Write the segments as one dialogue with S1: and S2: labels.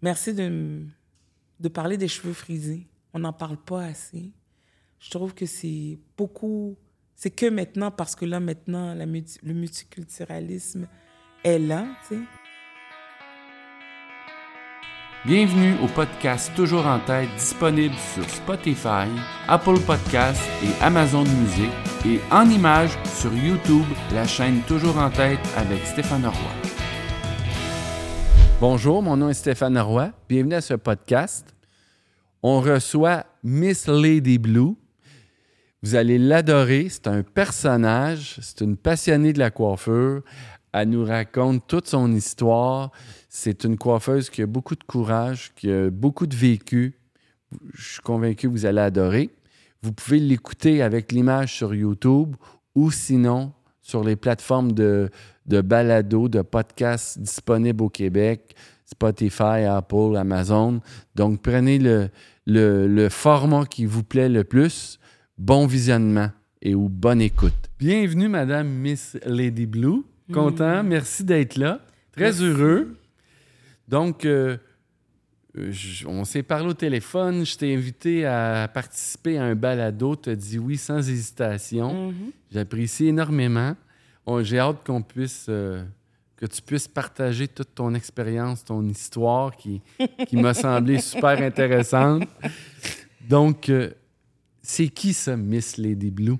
S1: Merci de, m- de parler des cheveux frisés. On n'en parle pas assez. Je trouve que c'est beaucoup. C'est que maintenant, parce que là, maintenant, la multi- le multiculturalisme est là, tu sais.
S2: Bienvenue au podcast Toujours en tête disponible sur Spotify, Apple Podcasts et Amazon Music et en images sur YouTube, la chaîne Toujours en tête avec Stéphane Roy. Bonjour, mon nom est Stéphane Roy. Bienvenue à ce podcast. On reçoit Miss Lady Blue. Vous allez l'adorer. C'est un personnage. C'est une passionnée de la coiffure. Elle nous raconte toute son histoire. C'est une coiffeuse qui a beaucoup de courage, qui a beaucoup de vécu. Je suis convaincu que vous allez adorer. Vous pouvez l'écouter avec l'image sur YouTube ou sinon sur les plateformes de, de balado, de podcasts disponibles au Québec, Spotify, Apple, Amazon. Donc, prenez le, le- le format qui vous plaît le plus. Bon visionnement et ou bonne écoute. Bienvenue, Madame Miss Lady Blue. Content, merci d'être là. Très
S1: Merci.
S2: heureux. Donc, euh, euh, je- on s'est parlé au téléphone. Je t'ai invité à participer à un balado. Tu as dit oui sans hésitation.
S1: Mhm.
S2: J'apprécie énormément. On- J'ai hâte qu'on puisse, euh, que tu puisses partager toute ton expérience, ton histoire qui, qui m'a semblé super intéressante. Donc, euh, c'est qui ça, Miss Lady Blue?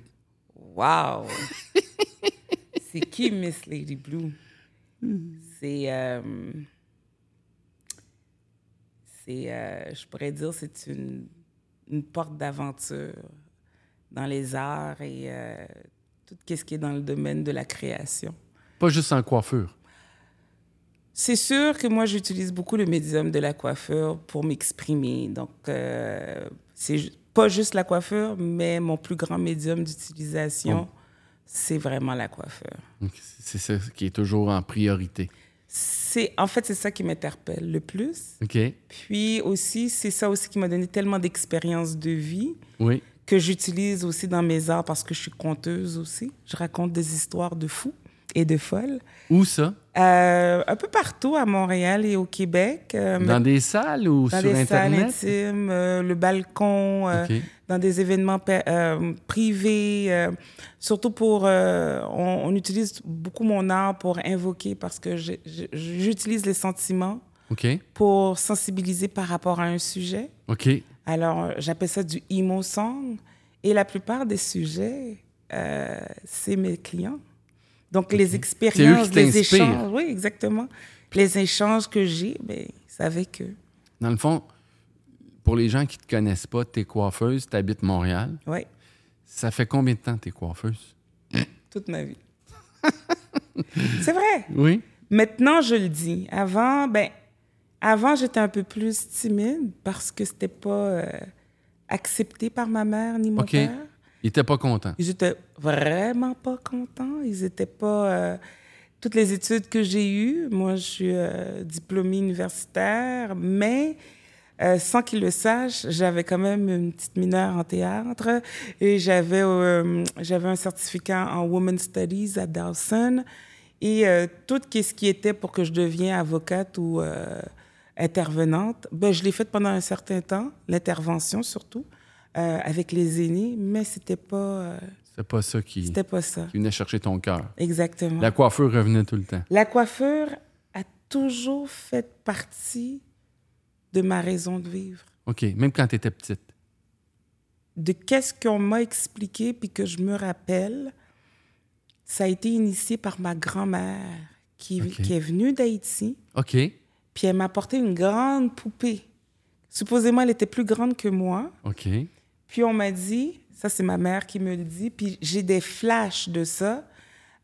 S1: Wow! c'est qui Miss Lady Blue? C'est. euh, c'est. euh, je pourrais dire, c'est une, une porte d'aventure dans les arts et euh, tout ce qui est dans le domaine de la création.
S2: Pas juste en coiffure.
S1: C'est sûr que moi, j'utilise beaucoup le médium de la coiffure pour m'exprimer. Donc, euh, c'est ju- pas juste la coiffure, mais mon plus grand médium d'utilisation, c'est vraiment la coiffure.
S2: Donc, C'est ça qui est toujours en priorité.
S1: C'est, en fait, c'est ça qui m'interpelle le plus.
S2: OK?
S1: Puis aussi, c'est ça aussi qui m'a donné tellement d'expérience de vie
S2: Oui.
S1: que j'utilise aussi dans mes arts parce que je suis conteuse aussi. Je raconte des histoires de fous et de folles.
S2: Où ça?
S1: Euh, un peu partout à Montréal et au Québec. euh,
S2: Dans des salles ou
S1: dans
S2: sur
S1: des salles
S2: Internet?
S1: intimes, euh, le balcon, euh,
S2: OK.
S1: dans des événements pe- euh, privés. euh, surtout pour, euh, on, on utilise beaucoup mon art pour invoquer parce que j'ai- j'ai- j'utilise les sentiments
S2: OK.
S1: pour sensibiliser par rapport à un sujet.
S2: OK.
S1: Alors euh, j'appelle ça du emo song et la plupart des sujets, euh, c'est mes clients. Donc les expériences,
S2: qui
S1: les
S2: t'inspirent.
S1: échanges, oui exactement, les échanges que j'ai, ben, c'est avec eux.
S2: Dans le fond, pour les gens qui ne te connaissent pas, tu es coiffeuse, tu habites Montréal.
S1: Ouais.
S2: Ça fait combien de temps que tu es coiffeuse?
S1: toute ma vie. c'est vrai.
S2: Oui.
S1: Maintenant, je le dis. Avant, ben, avant, j'étais un peu plus timide parce que c'était pas euh, accepté par ma mère ni mon
S2: OK.
S1: père.
S2: Il était pas content.
S1: Ils étaient vraiment pas contents. Ils étaient pas. euh, toutes les études que j'ai eues, moi, je suis euh, diplômée universitaire, mais euh, sans qu'ils le sachent, j'avais quand même une petite mineure en théâtre et j'avais euh, j'avais un certificat en Women's Studies à Dawson. Et euh, tout ce qui était pour que je devienne avocate ou euh, intervenante, ben, je l'ai fait pendant un certain temps, l'intervention surtout, euh, avec les aînés, mais c'était pas, euh,
S2: C'était pas ça qui,
S1: c'était pas ça.
S2: qui venait chercher ton cœur.
S1: Exactement.
S2: La
S1: La...
S2: coiffure revenait tout le temps.
S1: coiffure a toujours fait partie de ma raison de vivre,
S2: OK. Même quand tu étais petite.
S1: de qu'est-ce qu'on m'a expliqué puis que je me rappelle. Ça a été initié par ma grand-mère qui,
S2: Ok.
S1: qui est venue d'Haïti.
S2: OK.
S1: Puis elle m'a apporté une grande poupée. Supposément, elle était plus grande que moi.
S2: OK.
S1: Puis on m'a dit, ça c'est ma mère qui me le dit, puis j'ai des flashs de ça.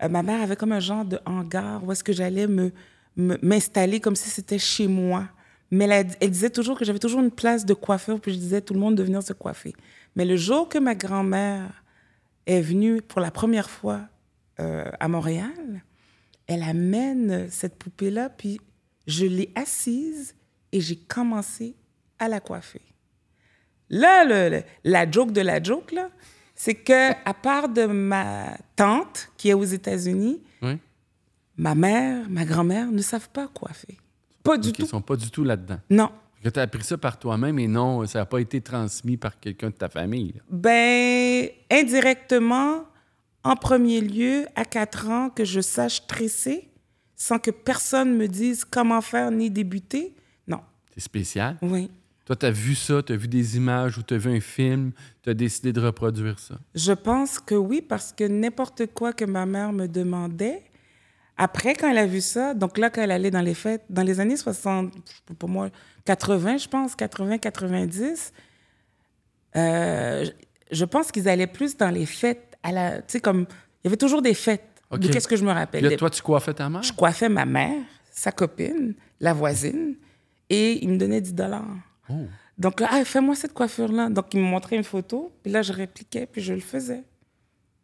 S1: Euh, ma mère avait comme un genre de hangar où est-ce que j'allais me me- m'installer comme si c'était chez moi. Mais elle, a- elle disait toujours que j'avais toujours une place de coiffeur, puis je disais à tout le monde de venir se coiffer. Mais le jour que ma grand-mère est venue pour la première fois euh, à Montréal, elle amène cette poupée-là, puis je l'ai assise et j'ai commencé à la coiffer. Là, le- le- la joke de la joke, là, c'est que à part de ma tante qui est aux États-Unis,
S2: Oui.
S1: ma mère, ma grand-mère ne savent pas coiffer. Pas du
S2: Ok, Ils
S1: tout.
S2: sont pas du tout là-dedans.
S1: Non.
S2: Que tu as appris ça par toi-même et non, ça n'a pas été transmis par quelqu'un de ta famille. là.
S1: Ben, indirectement, en premier lieu, à 4 ans, que je sache tresser sans que personne me dise comment faire ni débuter. Non.
S2: C'est spécial.
S1: Oui.
S2: Toi, tu as vu ça, tu as vu des images ou tu as vu un film, tu as décidé de reproduire ça.
S1: Je pense que oui, parce que n'importe quoi que ma mère me demandait, après, quand elle a vu ça, donc là, quand elle allait dans les fêtes, dans les années 60, pour moi, 80, je pense, 80, 90, euh, je- je pense qu'ils allaient plus dans les fêtes. à la- Tu sais, comme, il y avait toujours des fêtes.
S2: Ok.
S1: De qu'est-ce que je me
S2: Puis
S1: rappelle?
S2: Là,
S1: Des-
S2: toi, tu coiffais ta mère?
S1: Je coiffais ma mère, sa copine, la voisine, et ils me donnaient 10 dollars.
S2: Oh.
S1: Donc là, ah, fais-moi cette coiffure-là. Donc, il me montrait une photo, puis là, je répliquais, puis je le faisais.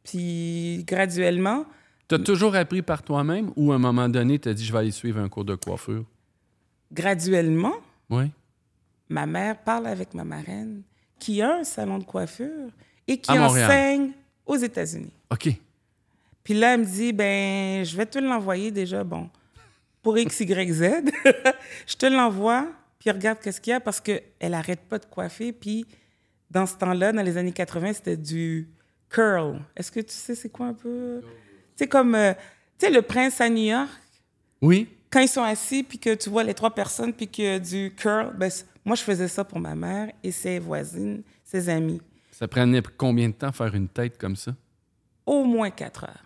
S1: Puis, graduellement,
S2: Tu as toujours appris par toi-même ou à un moment donné, tu as dit, je vais aller suivre un cours de coiffure?
S1: graduellement,
S2: Oui.
S1: ma mère parle avec ma marraine, qui a un salon de coiffure et qui
S2: À Montréal.
S1: enseigne aux États-Unis.
S2: OK.
S1: Puis là, elle me dit, ben, je vais te l'envoyer déjà, bon, pour X, Y, Z. je te l'envoie, puis regarde qu'est-ce qu'il y a, parce qu'elle n'arrête pas de coiffer. Puis dans ce temps-là, dans les années 80, c'était du curl. Est-ce que tu sais c'est quoi un peu? C'est comme, euh, tu sais, le prince à New York,
S2: Oui?
S1: quand ils sont assis, puis que tu vois les trois personnes, puis que du curl, ben, c- moi, je faisais ça pour ma mère et ses voisines, ses amis.
S2: Ça prenait combien de temps faire une tête comme ça?
S1: Au moins quatre heures.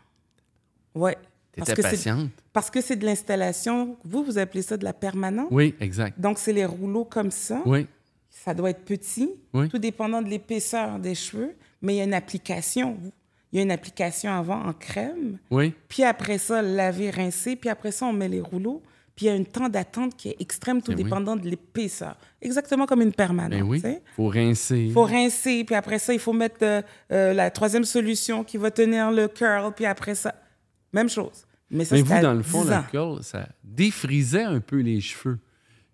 S1: Ouais.
S2: T'étais
S1: c'est-
S2: patiente?
S1: Parce que c'est de l'installation, vous, vous appelez ça de la permanente.
S2: Oui, exact.
S1: Donc, c'est les rouleaux comme ça.
S2: Oui.
S1: Ça doit être petit,
S2: Oui.
S1: tout dépendant de l'épaisseur des cheveux. Mais il y a une application. Il y a une application avant en crème.
S2: Oui.
S1: Puis après ça, laver, rincer. Puis après ça, on met les rouleaux. Puis il y a un temps d'attente qui est extrême, tout
S2: Ben oui.
S1: dépendant de l'épaisseur. Exactement comme une permanente.
S2: Ben oui.
S1: tu sais.
S2: Faut rincer.
S1: Il faut rincer, puis après ça, il faut mettre euh, euh, la troisième solution qui va tenir le curl, puis après ça, même chose. Mais ça,
S2: Mais
S1: c'était
S2: vous,
S1: à
S2: dans le fond,
S1: 10 ans.
S2: le curl, ça défrisait un peu les cheveux.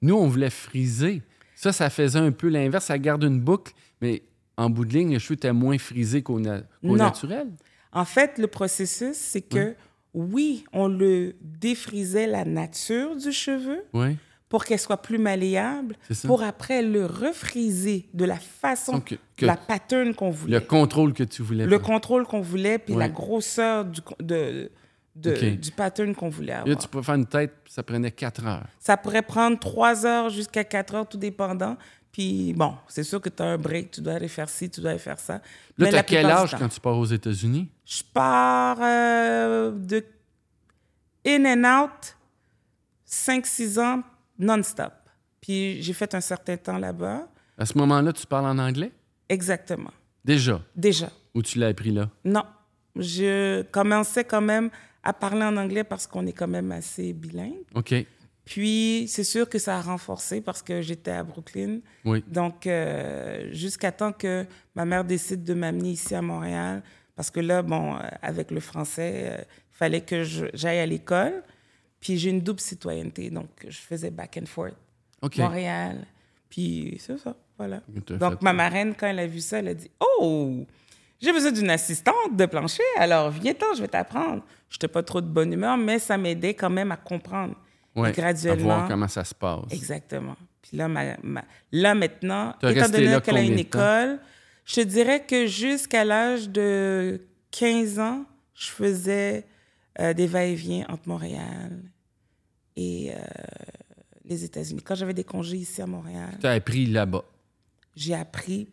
S2: Nous, on voulait friser. Ça, ça faisait un peu l'inverse. Ça garde une boucle, mais en bout de ligne, les cheveux étaient moins frisés qu'au na- qu'au
S1: Non.
S2: naturel.
S1: En fait, le processus, c'est que oui, on le défrisait la nature du cheveu
S2: Oui.
S1: pour qu'elle soit plus malléable,
S2: C'est ça.
S1: pour après le refriser de la façon,
S2: Donc, que-
S1: la pattern qu'on
S2: Le
S1: voulait,
S2: contrôle que tu voulais.
S1: le,
S2: faire.
S1: contrôle qu'on voulait, puis
S2: Ouais.
S1: la grosseur du, con- de, de-
S2: Ok.
S1: du pattern qu'on voulait avoir.
S2: Là, tu pouvais faire une tête, puis ça prenait quatre heures.
S1: Ça pourrait prendre 3 heures jusqu'à 4 heures, tout dépendant. Puis bon, c'est sûr que tu as un break, tu dois aller faire ci, tu dois aller faire ça.
S2: Là,
S1: Mais
S2: t'as
S1: la
S2: quel
S1: plupart du
S2: âge
S1: temps-
S2: quand tu pars aux États-Unis?
S1: Je pars euh, de in and out 5-6 ans non-stop. Puis j'ai fait un certain temps là-bas.
S2: À ce moment-là, tu parles en anglais?
S1: Exactement.
S2: Déjà.
S1: Déjà.
S2: Ou tu l'as appris là?
S1: Non. Je commençais quand même à parler en anglais parce qu'on est quand même assez bilingue.
S2: OK.
S1: Puis c'est sûr que ça a renforcé parce que j'étais à Brooklyn.
S2: Oui.
S1: Donc, euh, jusqu'à temps que ma mère décide de m'amener ici à Montréal, parce que là, bon, euh, avec le français, il fallait que je- j'aille à l'école. Puis j'ai une double citoyenneté, donc je faisais back and forth.
S2: OK.
S1: Montréal. Puis c'est ça, voilà.
S2: Et t'as
S1: Donc,
S2: fait-
S1: ma marraine, quand elle a vu ça, elle a dit Oh, j'ai besoin d'une assistante de plancher, alors viens-t'en, je vais t'apprendre. Je n'étais pas trop de bonne humeur, mais ça m'aidait quand même à comprendre. Et
S2: Ouais,
S1: graduellement.
S2: À voir comment ça se passe.
S1: Exactement. Puis là, ma- ma- là maintenant,
S2: T'as
S1: étant
S2: resté là
S1: donné qu'elle a
S2: combien
S1: une
S2: de temps?
S1: école, je te dirais que jusqu'à l'âge de 15 ans, je faisais euh, des va-et-vient entre Montréal et euh, les États-Unis. Quand j'avais des congés ici à Montréal,
S2: Tu as appris là-bas.
S1: j'ai appris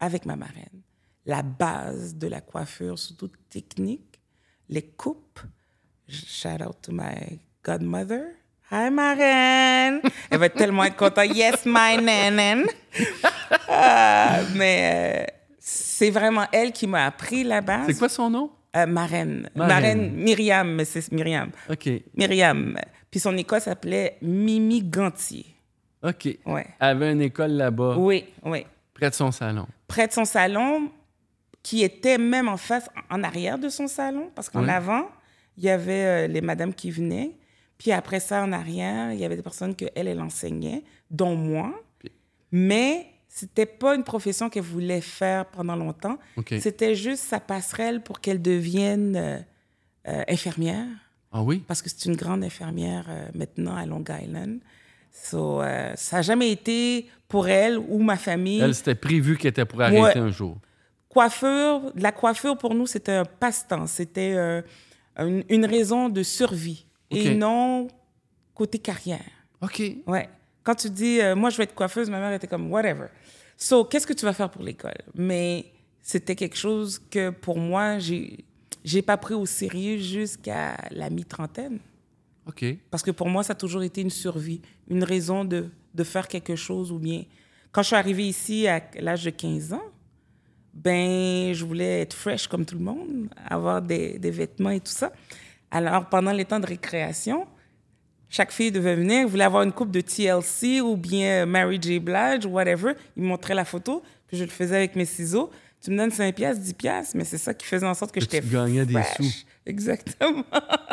S1: avec ma marraine la base de la coiffure, surtout technique, les coupes. Shout out to my godmother. Hi, marraine! Elle va tellement être contente. Yes, my nanan! Ah, mais euh, c'est vraiment elle qui m'a appris la base.
S2: C'est quoi son nom?
S1: Euh, marraine.
S2: Marraine.
S1: marraine. Myriam, mais c'est Myriam.
S2: OK.
S1: Myriam. Puis son école s'appelait Mimi Gantier.
S2: OK.
S1: Ouais.
S2: Elle avait une école là-bas,
S1: Oui, oui.
S2: près de son salon.
S1: près de son salon, qui était même en face, en arrière de son salon, parce qu'en
S2: Oui.
S1: avant, il y avait euh, les madames qui venaient. Puis après ça, en arrière, il y avait des personnes que elle, elle enseignait, dont moi.
S2: Puis-
S1: Mais c'était pas une profession qu'elle voulait faire pendant longtemps.
S2: OK.
S1: C'était juste sa passerelle pour qu'elle devienne euh, euh, infirmière
S2: Ah oui?
S1: parce que c'est une grande infirmière euh, maintenant à Long Island. So, euh, ça n'a jamais été pour elle ou ma famille.
S2: Elle, c'était prévu qu'elle était pour arrêter
S1: Ouais.
S2: un jour.
S1: Coiffure, la coiffure pour nous, c'était un passe-temps. C'était euh, une, une raison de survie et
S2: Ok.
S1: non côté carrière.
S2: OK.
S1: Ouais. Quand tu dis, euh, moi, je vais être coiffeuse, ma mère était comme, whatever. So, qu'est-ce que tu vas faire pour l'école? Mais c'était quelque chose que, pour moi, j'ai, j'ai pas pris au sérieux jusqu'à la mi-trentaine.
S2: OK.
S1: Parce que pour moi, ça a toujours été une survie, une raison de, de faire quelque chose ou bien. Quand je suis arrivée ici à l'âge de 15 ans, ben, je voulais être fresh comme tout le monde, avoir des, des vêtements et tout ça. Alors, pendant les temps de récréation, chaque fille devait venir, voulait avoir une coupe de TLC ou bien Mary J. Blige ou whatever. Ils me montraient la photo, puis je le faisais avec mes ciseaux. Tu me donnes 5 piastres, 10 piastres, mais c'est ça qui faisait en sorte que,
S2: Que
S1: j'étais
S2: tu gagnais des
S1: fresh.
S2: sous.
S1: Exactement.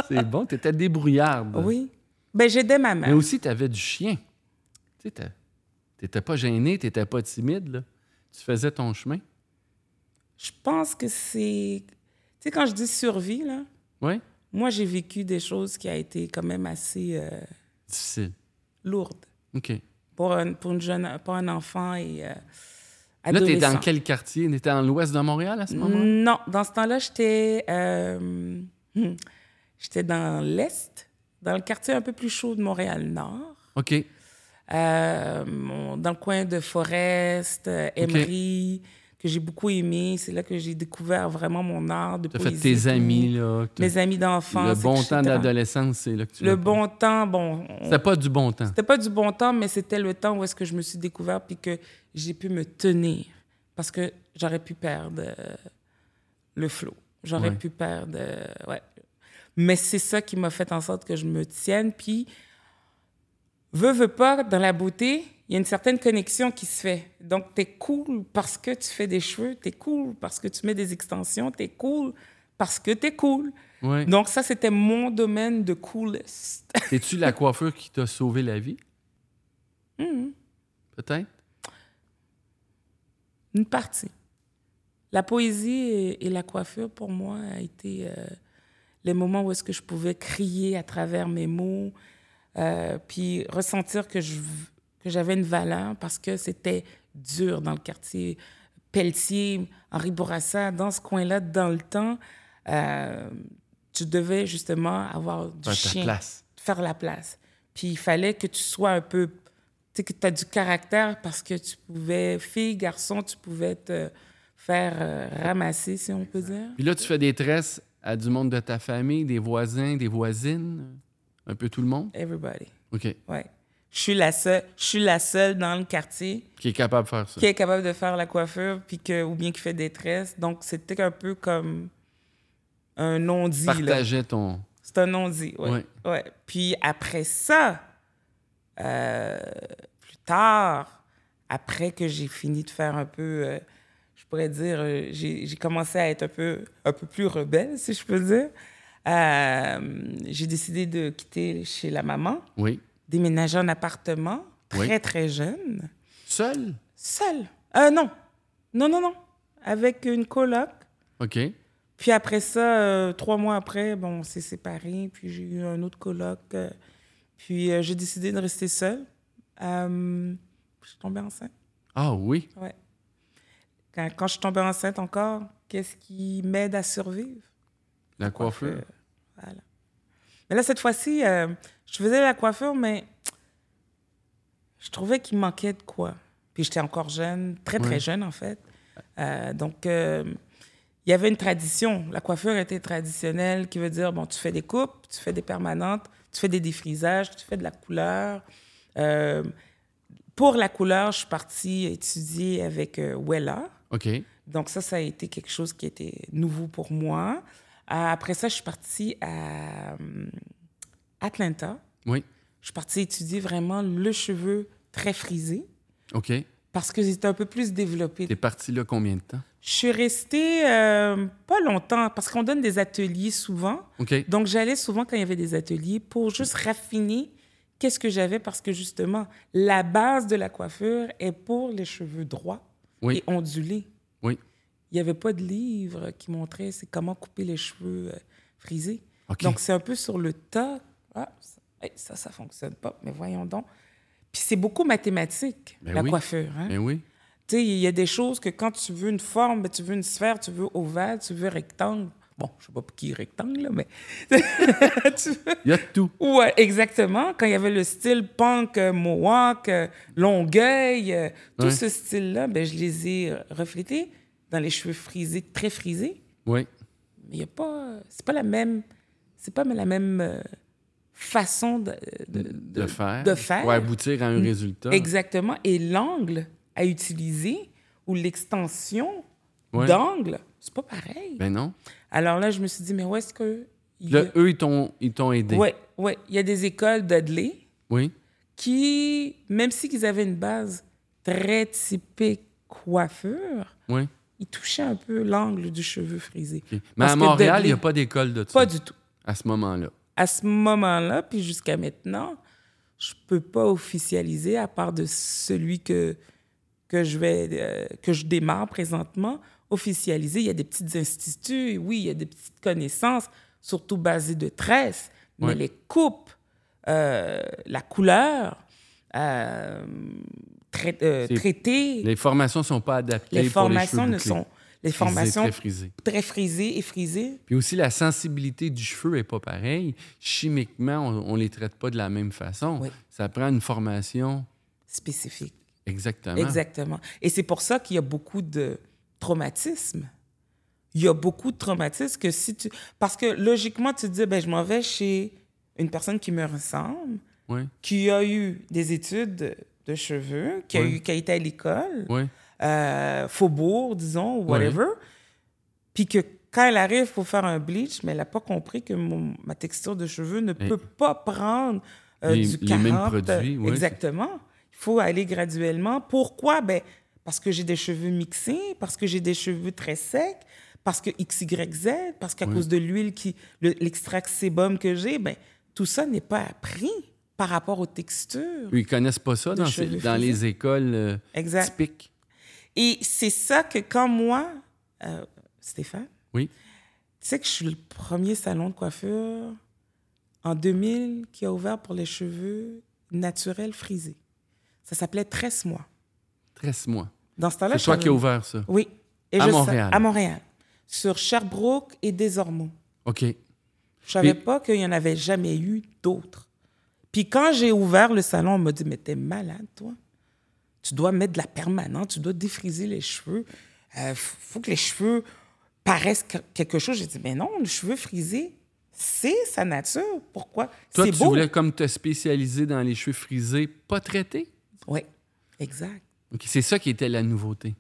S2: C'est bon, t'étais débrouillarde.
S1: Oui. Ben, j'aidais ma
S2: Mais
S1: mère.
S2: aussi, t'avais du chien. Tu sais, t'as- t'étais pas gêné, t'étais pas timide, là. Tu faisais ton chemin.
S1: Je pense que c'est. Tu sais, quand je dis survie, là,
S2: Oui?
S1: moi, j'ai vécu des choses qui a été quand même assez euh,
S2: Difficile.
S1: lourdes
S2: OK.
S1: pour, un, pour, une jeune, pour un enfant et euh,
S2: Là, t'es
S1: adolescent. Mm,
S2: dans quel quartier? T'étais dans l'ouest de Montréal à ce moment-là?
S1: Non, dans ce temps-là, j'étais. euh, hmm, j'étais dans l'Est, dans le quartier un peu plus chaud de Montréal-Nord,
S2: OK.
S1: euh, mon- dans le coin de Forest, euh, Emery, que j'ai beaucoup aimé. C'est là que j'ai découvert vraiment mon art de
S2: T'as fait
S1: poésie,
S2: tes amis,
S1: tout.
S2: là. que t'as-
S1: Mes amis d'enfance.
S2: Le bon temps
S1: etc.
S2: de l'adolescence, c'est là que tu
S1: Le
S2: l'as
S1: bon temps, bon, on-
S2: pris. C'était pas du bon temps.
S1: c'était pas du bon temps, mais c'était le temps où est-ce que je me suis découvert puis que j'ai pu me tenir parce que j'aurais pu perdre euh, le flot. J'aurais
S2: Ouais.
S1: pu perdre, euh, ouais. Mais c'est ça qui m'a fait en sorte que je me tienne. Puis, veux, veux pas, dans la beauté, il y a une certaine connexion qui se fait. Donc, t'es cool parce que tu fais des cheveux, t'es cool parce que tu mets des extensions, t'es cool parce que t'es cool.
S2: Ouais.
S1: Donc, ça, c'était mon domaine de coolest.
S2: T'es-tu la coiffure qui t'a sauvé la vie?
S1: Mm-hmm.
S2: Peut-être?
S1: Une partie. La poésie et, et la coiffure, pour moi, a été euh, les moments où est-ce que je pouvais crier à travers mes mots, euh, puis ressentir que je v- que j'avais une valeur parce que c'était dur dans le quartier Pelletier, Henri Bourassa, dans ce coin-là, dans le temps, euh, tu devais justement avoir du
S2: Faire ta
S1: chien
S2: place.
S1: faire la place. Puis il fallait que tu sois un peu. Tu sais, que tu as du caractère parce que tu pouvais, fille, garçon, tu pouvais te faire euh, ramasser, si on peut dire.
S2: Puis là, tu fais des tresses à du monde de ta famille, des voisins, des voisines, un peu tout le monde.
S1: Everybody.
S2: OK.
S1: Ouais. Je suis la seule, je suis la seule dans le quartier
S2: Qui est capable de faire ça.
S1: qui est capable de faire la coiffure puis que, ou bien qui fait des tresses. Donc c'était un peu comme un non-dit. là.
S2: Partageait ton.
S1: C'est un non-dit, oui.
S2: Ouais.
S1: Ouais. Puis après ça, euh, plus tard, après que j'ai fini de faire un peu, euh, je pourrais dire, euh, j'ai j'ai commencé à être un peu, un peu plus rebelle, si je peux dire, euh, j'ai décidé de quitter chez la maman,
S2: Oui.
S1: déménager en appartement,
S2: Oui.
S1: très, très jeune,
S2: Seul?
S1: seule. Euh, non, non, non, non, avec une coloc.
S2: OK.
S1: Puis après ça, euh, trois mois après, bon, on s'est séparés. Puis j'ai eu un autre coloc. euh, puis euh, j'ai décidé de rester seule. Euh, je suis tombée enceinte.
S2: Ah oui.
S1: Ouais. Quand, quand je suis tombée enceinte encore, qu'est-ce qui m'aide à survivre?
S2: La coiffure.
S1: Coiffeur. Voilà. Mais là, cette fois-ci, euh, je faisais la coiffure, mais je trouvais qu'il manquait de quoi. Puis j'étais encore jeune, très, très
S2: Ouais.
S1: jeune, en fait. Euh, donc, euh, il y avait une tradition. La coiffure était traditionnelle, qui veut dire, bon, tu fais des coupes, tu fais des permanentes, tu fais des défrisages, tu fais de la couleur. Euh, pour la couleur, je suis partie étudier avec euh, Wella.
S2: OK.
S1: Donc ça, ça a été quelque chose qui était nouveau pour moi. Euh, Après ça, je suis partie à euh, Atlanta.
S2: Oui.
S1: Je suis partie étudier vraiment le cheveu très frisé
S2: OK.
S1: parce que c'était un peu plus développé.
S2: T'es parti là combien de temps?
S1: Je suis restée euh, pas longtemps parce qu'on donne des ateliers souvent.
S2: OK.
S1: Donc j'allais souvent quand il y avait des ateliers pour juste raffiner qu'est-ce que j'avais parce que justement, la base de la coiffure est pour les cheveux droits
S2: Oui.
S1: et ondulés.
S2: Oui.
S1: il n'y avait pas de livre qui montrait c'est comment couper les cheveux euh, frisés.
S2: OK.
S1: Donc, c'est un peu sur le tas. Ah, ça, hey, ça, ça fonctionne pas, mais voyons donc. Puis c'est beaucoup mathématique,
S2: Ben
S1: la
S2: oui.
S1: coiffure. hein.
S2: Mais oui.
S1: Tu sais, il y a des choses que quand tu veux une forme, ben, tu veux une sphère, tu veux ovale, tu veux rectangle. Bon, je sais pas pour qui est rectangle, là, mais... tu veux-
S2: Il y a de tout.
S1: Ouais, exactement. Quand il y avait le style punk, euh, mohawk, euh, longueuil, euh, tout
S2: Ouais.
S1: ce style-là, ben, je les ai euh, reflétés dans les cheveux frisés, très frisés.
S2: Oui.
S1: Mais il y a pas... euh, C'est pas la même... C'est pas la même euh, façon de- de-
S2: De, hein. faire.
S1: de faire. Mm.
S2: Pour aboutir à un résultat.
S1: Exactement. Et l'angle à utiliser ou l'extension
S2: Ouais.
S1: d'angle, c'est pas pareil.
S2: Ben E non.
S1: Alors là, je me suis dit, mais où est-ce que. il y
S2: Là,
S1: a-
S2: eux, ils t'ont ils t'ont aidé.
S1: Ouais, ouais. Il y a des écoles d'Adley
S2: Oui.
S1: qui, même si qu'ils avaient une base très typique coiffure,
S2: Oui.
S1: ils touchaient un peu l'angle du cheveu frisé.
S2: OK. Mais
S1: Parce
S2: à
S1: que
S2: Montréal, il
S1: Dudley-
S2: n'y a pas d'école de ça.
S1: Pas du tout.
S2: À ce moment-là.
S1: À ce moment-là, puis jusqu'à maintenant, je peux pas officialiser à part de celui que, que je vais euh, que je démarre présentement. Officialiser, il y a des petits instituts, oui, il y a des petites connaissances, surtout basées de tresses, mais
S2: Ouais.
S1: les coupes, euh, la couleur, euh, trai- euh,
S2: C'est-
S1: traiter, les,
S2: Les formations ne sont pas adaptées. pour les
S1: formations
S2: cheveux
S1: ne
S2: bouclés.
S1: sont les
S2: Frisés,
S1: formations
S2: très frisés.
S1: très frisées et frisées.
S2: Puis aussi, la sensibilité du cheveu n'est pas pareille. Chimiquement, on ne les traite pas de la même façon.
S1: Oui.
S2: Ça prend une formation
S1: spécifiques.
S2: exactement.
S1: Exactement. Et c'est pour ça qu'il y a beaucoup de traumatisme. Il y a beaucoup de traumatisme que si tu... Parce que logiquement, tu te dis, ben, je m'en vais chez une personne qui me ressemble,
S2: Oui,
S1: qui a eu des études de- de cheveux, qui a,
S2: Oui.
S1: eu, qui a été à l'école,
S2: oui,
S1: euh, faubourg, disons, ou whatever, puis que quand elle arrive pour faire un bleach, mais elle n'a pas compris que mon- ma texture de cheveux ne
S2: Et-
S1: peut pas prendre euh,
S2: Les-
S1: du 40.
S2: les mêmes produits, oui,
S1: Exactement. Il faut aller graduellement. Pourquoi? Ben, parce que j'ai des cheveux mixés, parce que j'ai des cheveux très secs, parce que XYZ, parce qu'à
S2: Oui.
S1: cause de l'huile, qui le- l'extract sébum que j'ai, ben, tout ça n'est pas appris par rapport aux textures.
S2: Ils connaissent pas ça
S1: De
S2: dans,
S1: cheveux
S2: ces- dans les écoles euh,
S1: Exact.
S2: typiques.
S1: Et c'est ça que quand moi, euh, Stéphane,
S2: Oui.
S1: tu sais que je suis le premier salon de coiffure en 2000 qui a ouvert pour les cheveux naturels frisés. Ça s'appelait Tresse moi.
S2: Tresse-moi.
S1: Dans ce temps-là,
S2: C'est
S1: je
S2: toi
S1: savais-
S2: qui as ouvert ça.
S1: Oui. Et
S2: À
S1: je sa-
S2: Montréal.
S1: à Montréal. Sur Sherbrooke et Desormeaux.
S2: OK.
S1: Je savais
S2: Et-
S1: pas qu'il y en avait jamais eu d'autres. Puis quand j'ai ouvert le salon, on m'a dit, mais t'es malade, toi. Tu dois mettre de la permanente, tu dois défriser les cheveux. Euh, f- faut que les cheveux paraissent que- quelque chose. J'ai dit, mais non, le cheveu frisé, c'est sa nature. Pourquoi?
S2: Toi,
S1: C'est
S2: tu
S1: beau.
S2: voulais comme te spécialiser dans les cheveux frisés, pas traités.
S1: Oui, exact.
S2: OK, C'est ça qui était la nouveauté.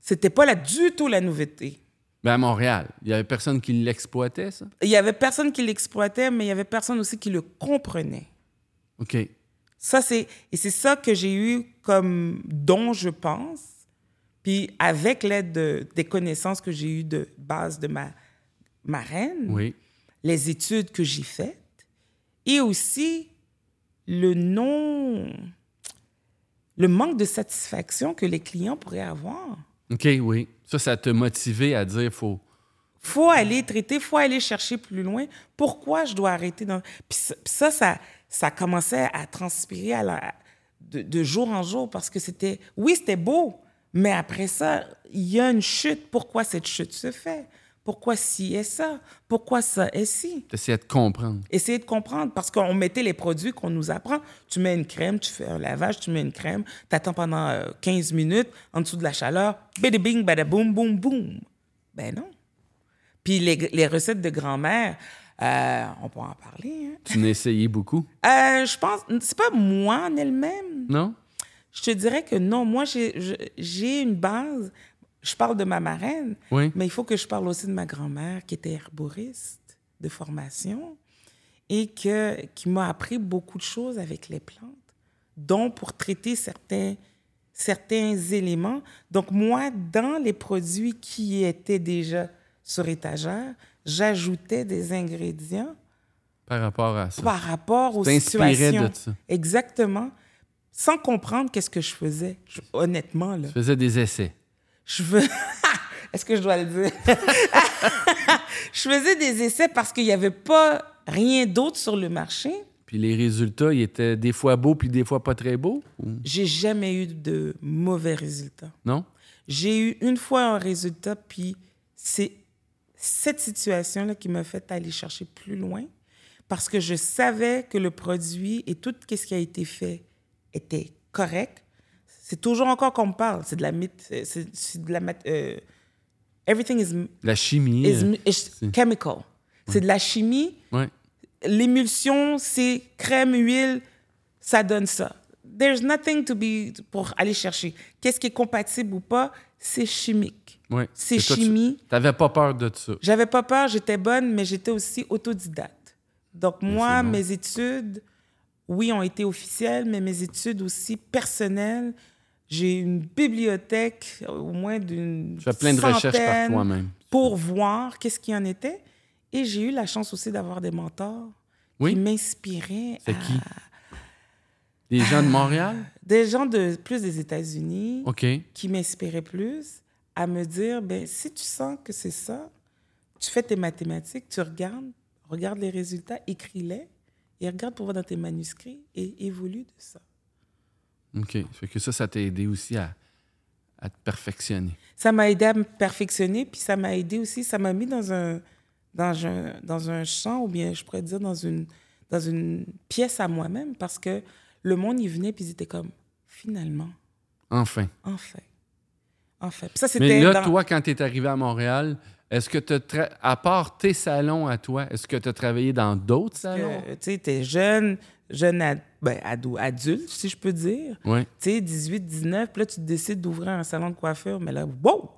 S1: C'était pas là du tout la nouveauté.
S2: Ben à Montréal, il n'y avait personne qui l'exploitait, ça.
S1: Il y avait personne qui l'exploitait, mais il y avait personne aussi qui le comprenait.
S2: OK.
S1: Ça, c'est, et c'est ça que j'ai eu comme don, je pense. Puis avec l'aide de- des connaissances que j'ai eues de base de ma marraine,
S2: Oui.
S1: les études que j'ai faites, et aussi le non... le manque de satisfaction que les clients pourraient avoir.
S2: OK, oui. Ça, ça te motivait à dire faut.
S1: faut aller traiter, faut aller chercher plus loin. Pourquoi je dois arrêter dans... Puis ça, puis ça, ça, ça commençait à transpirer à la- de, de jour en jour parce que c'était... Oui, c'était beau, mais après ça, il y a une chute. Pourquoi cette chute se fait? Pourquoi ci et ça? Pourquoi ça et ci?
S2: T'essayais de comprendre.
S1: Essayer de comprendre parce qu'on mettait les produits qu'on nous apprend. Tu mets une crème, tu fais un lavage, tu mets une crème, tu attends pendant euh, 15 minutes en dessous de la chaleur, bada bing, bada boum, boum, boum. Ben non. Puis les, les recettes de grand-mère, euh, on peut en parler.
S2: Tu n'essayais beaucoup,
S1: hein. Euh, je pense, c'est pas moi en elle-même.
S2: non?
S1: Je te dirais que non, moi j'ai- je- j'ai une base. Je parle de ma marraine,
S2: Oui.
S1: mais il faut que je parle aussi de ma grand-mère qui était herboriste de formation et que, qui m'a appris beaucoup de choses avec les plantes, dont pour traiter certains, certains éléments. Donc moi, dans les produits qui étaient déjà sur étagère, j'ajoutais des ingrédients
S2: Par rapport à ça.
S1: par rapport aux
S2: t'inspirais de
S1: situations.
S2: ça.
S1: Exactement. Sans comprendre qu'est-ce que je faisais. Je- honnêtement, là.
S2: Tu faisais des essais.
S1: Je veux. Est-ce que je dois le dire? je faisais des essais parce qu'il n'y avait pas rien d'autre sur le marché.
S2: Puis les résultats, ils étaient des fois beaux, puis des fois pas très beaux? ou-
S1: J'ai jamais eu de mauvais résultats.
S2: Non?
S1: J'ai eu une fois un résultat, puis c'est cette situation-là qui m'a fait aller chercher plus loin parce que je savais que le produit et tout ce qui a été fait était correct. C'est toujours encore qu'on me parle. C'est de la mythe. c'est- C'est c'est de la. mat- euh, everything is,
S2: La chimie.
S1: is-
S2: euh,
S1: is chemical. C'est de la chimie.
S2: ouais.
S1: L'émulsion, c'est crème, huile, ça donne ça. There's nothing to be pour aller chercher. Qu'est-ce qui est compatible ou pas, c'est chimique.
S2: ouais.
S1: C'est
S2: Et toi, tu-
S1: chimie.
S2: T'avais pas peur de ça.
S1: J'avais pas peur, j'étais bonne, mais j'étais aussi autodidacte. Donc moi,
S2: c'est bon.
S1: mes études, oui, ont été officielles, mais mes études aussi personnelles. J'ai une bibliothèque, au moins d'une
S2: Tu fais plein de recherches par
S1: centaine
S2: toi-même.
S1: pour voir qu'est-ce qu'il y en était. Et j'ai eu la chance aussi d'avoir des mentors
S2: Oui.
S1: qui m'inspiraient.
S2: C'est
S1: à-
S2: qui?
S1: Ah.
S2: Les gens de Montréal?
S1: Des gens de plus des États-Unis
S2: OK.
S1: qui m'inspiraient plus à me dire, ben si tu sens que c'est ça, tu fais tes mathématiques, tu regardes, regarde les résultats, écris-les et regarde pour voir dans tes manuscrits et évolue de ça.
S2: OK. Fait que ça, ça t'a aidé aussi à, à te perfectionner.
S1: ça m'a aidé à me perfectionner, puis ça m'a aidé aussi, ça m'a mis dans un, dans, un, dans un champ, ou bien je pourrais dire dans une, dans une pièce à moi-même, parce que le monde, il venait, puis ils étaient comme, finalement,
S2: Enfin.
S1: enfin, enfin. Puis ça,
S2: Mais
S1: c'était
S2: là,
S1: dans-
S2: toi, quand tu es arrivé à Montréal, est-ce que tu à part tes salons à toi, est-ce que tu as travaillé dans d'autres salons?
S1: que, tu sais, t'es jeune, jeune ad- ben, ado- adulte, si je peux dire.
S2: Oui.
S1: tu sais, 18, 19, puis là, tu décides d'ouvrir un salon de coiffure, mais là, wow!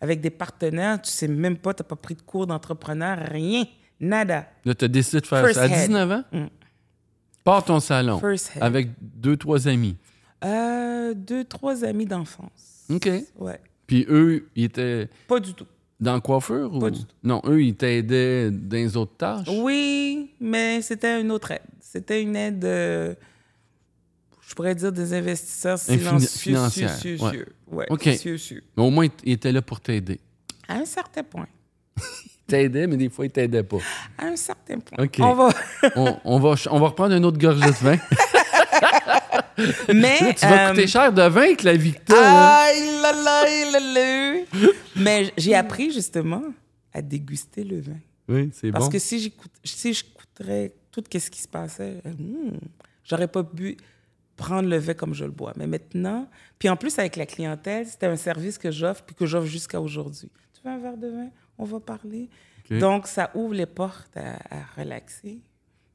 S1: Avec des partenaires, tu sais même pas, t'as pas pris de cours d'entrepreneur, rien, nada.
S2: Là, tu as décidé de faire
S1: First
S2: ça. À
S1: head.
S2: 19 ans?
S1: Mm.
S2: Pars ton salon
S1: First head.
S2: avec deux, trois amis.
S1: Euh, deux, trois amis d'enfance.
S2: OK.
S1: Ouais.
S2: Puis eux, ils étaient
S1: Pas du tout.
S2: dans la coiffure ou.
S1: Pas du tout.
S2: Non, eux, ils t'aidaient dans les autres tâches.
S1: Oui, mais c'était une autre aide. C'était une aide, euh, je pourrais dire, des investisseurs
S2: Infini-
S1: silencieux.
S2: financière,
S1: cieux, cieux,
S2: ouais.
S1: cieux. Ouais,
S2: OK.
S1: cieux, cieux.
S2: Mais au moins, ils étaient là pour t'aider.
S1: À un certain point.
S2: Ils t'aidaient, mais des fois, ils t'aidaient pas.
S1: À un certain point.
S2: OK.
S1: On va.
S2: on, on va, ch- on va reprendre une autre gorgée de vin.
S1: Mais.
S2: tu vas
S1: euh, Ah!
S2: coûter cher de vin avec la Victa. là.
S1: Aïe, là, là, là, là. Mais j'ai appris justement à déguster le vin.
S2: Oui, c'est
S1: Parce
S2: bon.
S1: que si j'écoute, si j'écouterais tout ce qui se passait, euh, hmm, j'aurais pas pu prendre le vin comme je le bois. Mais maintenant, puis en plus avec la clientèle, c'était un service que j'offre puis que j'offre jusqu'à aujourd'hui. Tu veux un verre de vin On va parler.
S2: Ok.
S1: Donc ça ouvre les portes à, à relaxer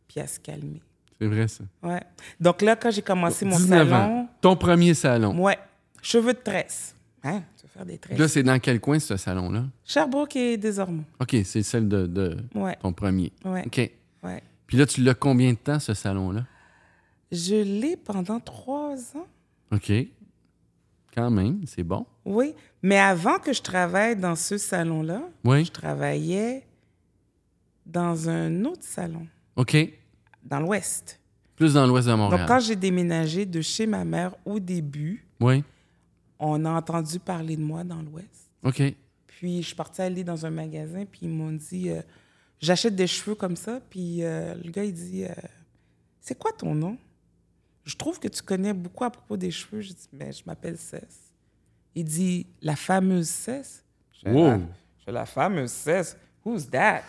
S1: puis à se calmer.
S2: C'est vrai, ça.
S1: Ouais. Donc là, quand j'ai commencé mon
S2: 19
S1: salon,
S2: ans. Ton premier salon.
S1: ouais, cheveux de tresse. Hein, tu veux faire des
S2: Là,
S1: tresses.
S2: c'est dans quel coin, ce salon-là?
S1: Sherbrooke et Desormeaux.
S2: OK, c'est celle de, de
S1: Ouais,
S2: ton premier.
S1: ouais,
S2: OK.
S1: ouais.
S2: Puis là, tu l'as combien de temps, ce salon-là?
S1: Je l'ai pendant trois ans.
S2: OK. Quand même, c'est bon.
S1: Oui, mais avant que je travaille dans ce salon-là,
S2: Oui.
S1: je travaillais dans un autre salon,
S2: OK.
S1: dans l'Ouest.
S2: Plus dans l'ouest de
S1: Donc,
S2: Montréal.
S1: quand j'ai déménagé de chez ma mère au début,
S2: Oui.
S1: on a entendu parler de moi dans l'Ouest.
S2: OK.
S1: Puis, je suis partie aller dans un magasin, puis ils m'ont dit euh, J'achète des cheveux comme ça. Puis, euh, le gars, il dit euh, C'est quoi ton nom Je trouve que tu connais beaucoup à propos des cheveux. Je dis Mais je m'appelle Cess. Il dit La fameuse Cess. Je fais, Ah,
S2: Wow.
S1: Je fais, la fameuse cesse. Who's that?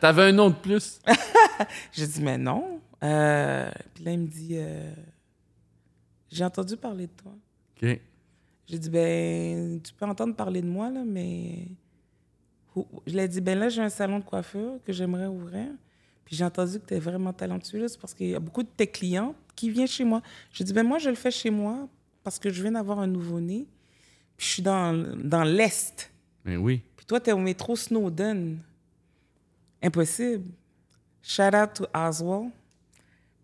S2: T'avais un nom de plus.
S1: J'ai dit, mais non. Euh, puis là, il me dit, euh, j'ai entendu parler de toi.
S2: OK.
S1: J'ai dit, ben, tu peux entendre parler de moi, là, mais. Who- Je lui ai dit, ben là, j'ai un salon de coiffure que j'aimerais ouvrir. Puis j'ai entendu que tu es vraiment talentueuse parce qu'il y a beaucoup de tes clients qui viennent chez moi. J'ai dit, ben moi, je le fais chez moi parce que je viens d'avoir un nouveau-né. Puis je suis dans, dans l'Est.
S2: Mais oui.
S1: Puis toi, t'es au métro Snowden. Impossible. Shout out to Oswald.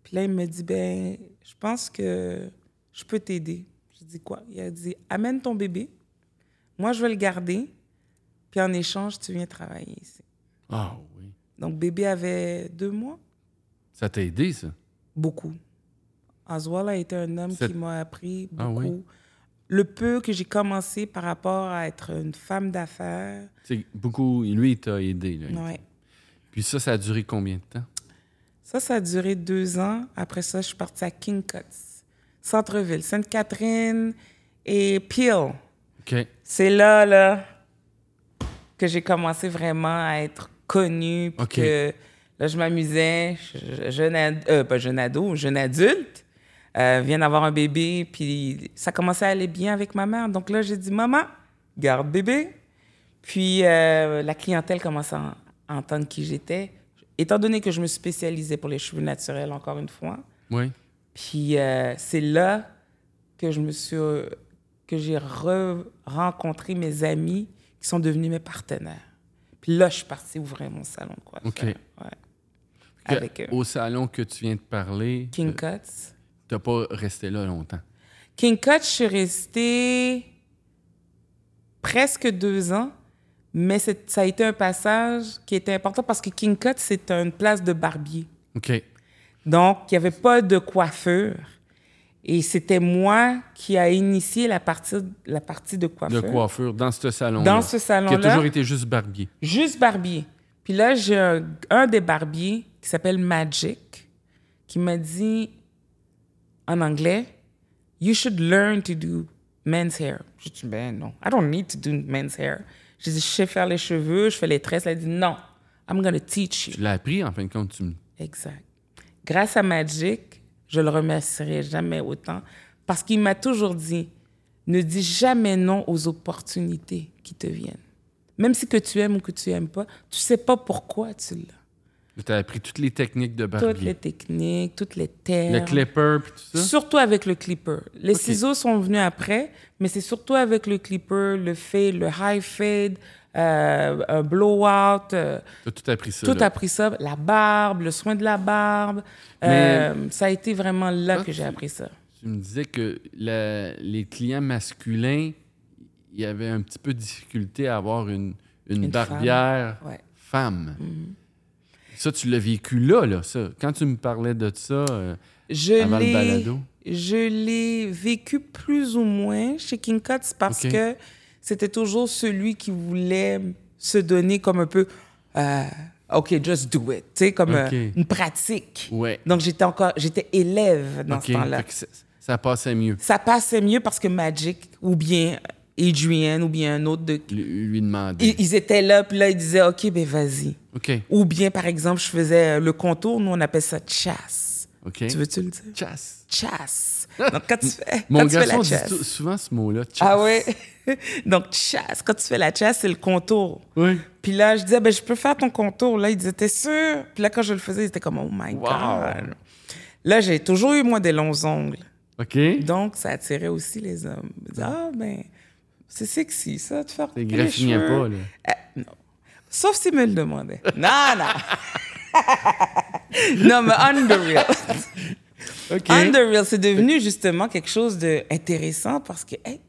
S1: Puis là, il me dit, ben, je pense que je peux t'aider. Je dis quoi? Il a dit, amène ton bébé. Moi, je vais le garder. Puis en échange, tu viens travailler ici.
S2: Ah oui.
S1: Donc, bébé avait deux mois.
S2: Ça t'a aidé, ça?
S1: Beaucoup. Oswald a été un homme
S2: C'est-
S1: qui m'a appris beaucoup.
S2: Ah oui?
S1: Le peu que j'ai commencé par rapport à être une femme d'affaires.
S2: C'est beaucoup. Lui, il t'a aidé. Là.
S1: Ouais.
S2: Puis ça, ça a duré combien de temps?
S1: Ça, ça a duré deux ans. Après ça, je suis partie à King Cuts, centre-ville, Sainte-Catherine et Peel.
S2: OK.
S1: C'est là, là, que j'ai commencé vraiment à être connue. Puis
S2: OK.
S1: que là, je m'amusais, je- jeune, ad- euh, pas jeune ado, jeune adulte, euh, vient d'avoir un bébé. Puis ça commençait à aller bien avec ma mère. Donc là, j'ai dit, maman, garde bébé. Puis euh, la clientèle commençait à en- entendre qui j'étais. Étant donné que je me spécialisais pour les cheveux naturels, encore une fois,
S2: Oui.
S1: puis euh, c'est là que je me suis euh, que j'ai re- rencontré mes amis qui sont devenus mes partenaires. Puis là, je suis partie ouvrir mon salon de coiffure.
S2: OK.
S1: Ouais.
S2: Que-
S1: Avec eux.
S2: Au salon que tu viens de parler, euh,
S1: King Cuts.
S2: t'as pas resté là longtemps.
S1: King Cuts, je suis restée presque deux ans, mais c'est- ça a été un passage qui était important parce que King Cuts, c'est une place de barbier.
S2: OK.
S1: Donc, il n'y avait pas de coiffure. Et c'était moi qui a initié la partie, la partie de
S2: De
S1: coiffure.
S2: coiffure dans ce salon
S1: Dans ce
S2: Qui a
S1: salon-là,
S2: toujours été juste barbier.
S1: juste barbier. Puis là, j'ai un, un des barbiers qui s'appelle Magic qui m'a dit en anglais, You should learn to do men's hair. J'ai dit, ben non, I don't need to do men's hair. J'ai dit, je sais faire les cheveux, je fais les tresses. Elle a dit, non, I'm going to teach you.
S2: Tu l'as appris, en fin de compte, tu me...
S1: Exact. Grâce à Magic, je le remercierai jamais autant parce qu'il m'a toujours dit ne dis jamais non aux opportunités qui te viennent. Même si que tu aimes ou que tu aimes pas, tu sais pas pourquoi tu l'as.
S2: tu as appris toutes les techniques de
S1: Toutes les
S2: barbier.
S1: techniques, toutes les termes.
S2: Le clipper, puis tout ça.
S1: Surtout avec le clipper. Les ciseaux sont venus après, mais c'est surtout avec le clipper, le fade, le high fade, euh, un blowout. euh,
S2: Tu as tout appris ça.
S1: tout
S2: là.
S1: appris ça, la barbe, le soin de la barbe.
S2: Mais-
S1: Euh, ça a été vraiment là
S2: Ah,
S1: que j'ai
S2: tu-
S1: appris ça.
S2: Tu me disais que la- les clients masculins, il y avait un petit peu de difficulté à avoir une, une,
S1: Une Mhm.
S2: barbière
S1: Ouais.
S2: femme. Ça, tu l'as vécu là, là, ça. Quand tu me parlais de ça, euh,
S1: Je
S2: Avant le
S1: l'ai,
S2: balado.
S1: je l'ai vécu plus ou moins chez King Cuts parce
S2: Ok.
S1: que c'était toujours celui qui voulait se donner comme un peu, euh, OK, just do it, tu sais, comme
S2: Ok.
S1: euh, une pratique.
S2: Ouais.
S1: Donc, j'étais encore, j'étais élève dans
S2: OK,
S1: ce temps-là.
S2: fait que ça, ça passait mieux.
S1: Ça passait mieux parce que Magic ou bien Adrienne ou bien un autre de...
S2: Lui, lui demander.
S1: Ils, ils étaient là, puis là, ils disaient, OK, ben vas-y.
S2: OK,
S1: Ou bien, par exemple, je faisais euh, le contour, nous on appelle ça chasse.
S2: OK.
S1: Tu veux-tu le dire?
S2: Chasse.
S1: Chasse. Donc, quand tu fais,
S2: Mon
S1: quand tu fais
S2: garçon
S1: la
S2: dit
S1: chasse.
S2: tout- souvent ce mot-là, chasse.
S1: Ah ouais? Donc, chasse. Quand tu fais la chasse, c'est le contour.
S2: Oui.
S1: Puis là, je disais, ben, je peux faire ton contour. Là, il disait, t'es sûr? Puis là, quand je le faisais, il était comme, oh my
S2: Wow.
S1: God. Là, j'ai toujours eu, moi, des longs ongles.
S2: OK.
S1: Donc, ça attirait aussi les hommes. Ils disaient, ah, ben, c'est sexy, ça, de faire
S2: Il
S1: couper les
S2: graffinait
S1: cheveux.
S2: pas, là.
S1: Euh, non. Sauf s'il me le demandait. Non, non. non, mais on the real.
S2: OK.
S1: On the real, c'est devenu justement quelque chose d'intéressant parce que, hey,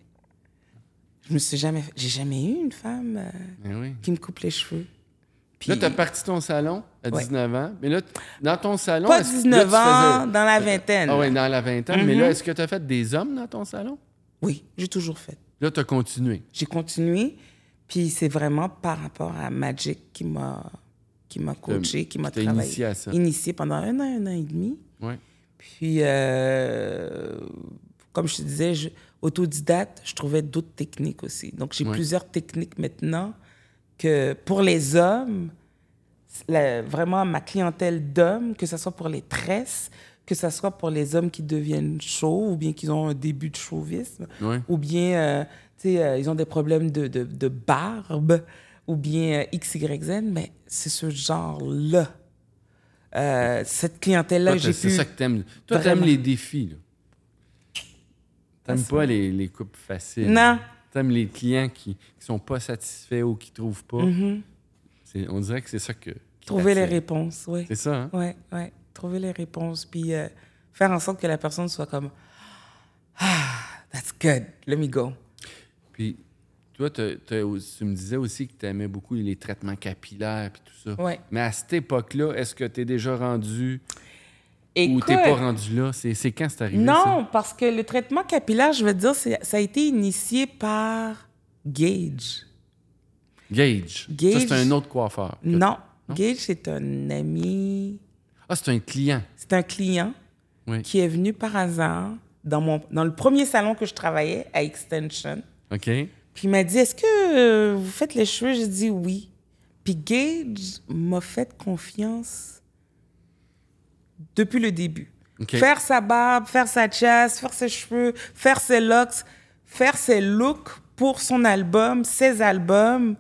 S1: je me suis jamais... J'ai jamais eu une femme euh,
S2: Ben oui.
S1: qui me coupe les cheveux. Puis,
S2: Là, tu as parti ton salon à
S1: Ouais.
S2: 19 ans. Mais là, t- dans ton salon.
S1: pas
S2: est-ce que-
S1: 19
S2: là, tu
S1: ans,
S2: faisais-
S1: dans la vingtaine. Mm-hmm.
S2: Ah oui,
S1: oui,
S2: dans la vingtaine. Mais là, est-ce que tu as fait des hommes dans ton salon?
S1: j'ai toujours fait.
S2: Là, tu as continué.
S1: J'ai continué, puis c'est vraiment par rapport à Magic qui m'a qui m'a coaché, qui m'a
S2: qui t'a
S1: travaillé.
S2: initié à ça.
S1: Initié pendant un an, un an et demi.
S2: Oui.
S1: Puis, euh, comme je te disais, je- autodidacte, je trouvais d'autres techniques aussi. Donc, j'ai
S2: Ouais.
S1: plusieurs techniques maintenant que pour les hommes, la- vraiment ma clientèle d'hommes, que ce soit pour les tresses, que ce soit pour les hommes qui deviennent chauds ou bien qu'ils ont un début de chauvisme,
S2: Ouais.
S1: ou bien euh, tu sais, euh, ils ont des problèmes de, de, de barbe, ou bien euh, XYZ, mais c'est ce genre-là. Euh, cette clientèle-là,
S2: Toi,
S1: que j'ai
S2: t'as-
S1: pu...
S2: C'est ça que t'aimes. Toi, t'aimes
S1: Vraiment.
S2: les défis. là. T'aimes pas les, les coupes faciles.
S1: Non.
S2: T'aimes les clients qui, qui sont pas satisfaits ou qui trouvent pas. C'est- On dirait que c'est ça que. qui
S1: Mm-hmm. Trouver les
S2: t'attire.
S1: réponses, oui.
S2: C'est ça, hein?
S1: Oui, oui. Trouver les réponses, puis euh, faire en sorte que la personne soit comme Ah, that's good, let me go.
S2: Puis, toi, t'as- t'as aussi- tu me disais aussi que tu aimais beaucoup les traitements capillaires et tout ça.
S1: Ouais.
S2: Mais à cette époque-là, est-ce que tu es déjà rendu ou
S1: Écoute,
S2: t'es pas rendu là? C'est c'est quand c'est arrivé?
S1: non, parce que le traitement capillaire, je veux dire, c'est- ça a été initié par Gage.
S2: Ça? Gage.
S1: Gage.
S2: Ça, c'est un autre coiffeur.
S1: Non, Gage, c'est un ami.
S2: Ah, c'est un client.
S1: C'est un client
S2: Oui.
S1: qui est venu par hasard dans, mon, dans le premier salon que je travaillais à Extension.
S2: OK.
S1: Puis il m'a dit, est-ce que euh, vous faites les cheveux? J'ai dit oui. Puis Gage m'a fait confiance depuis le début.
S2: OK.
S1: Faire sa barbe, faire sa chasse, faire ses cheveux, faire ses locks, faire ses looks pour son album, ses albums.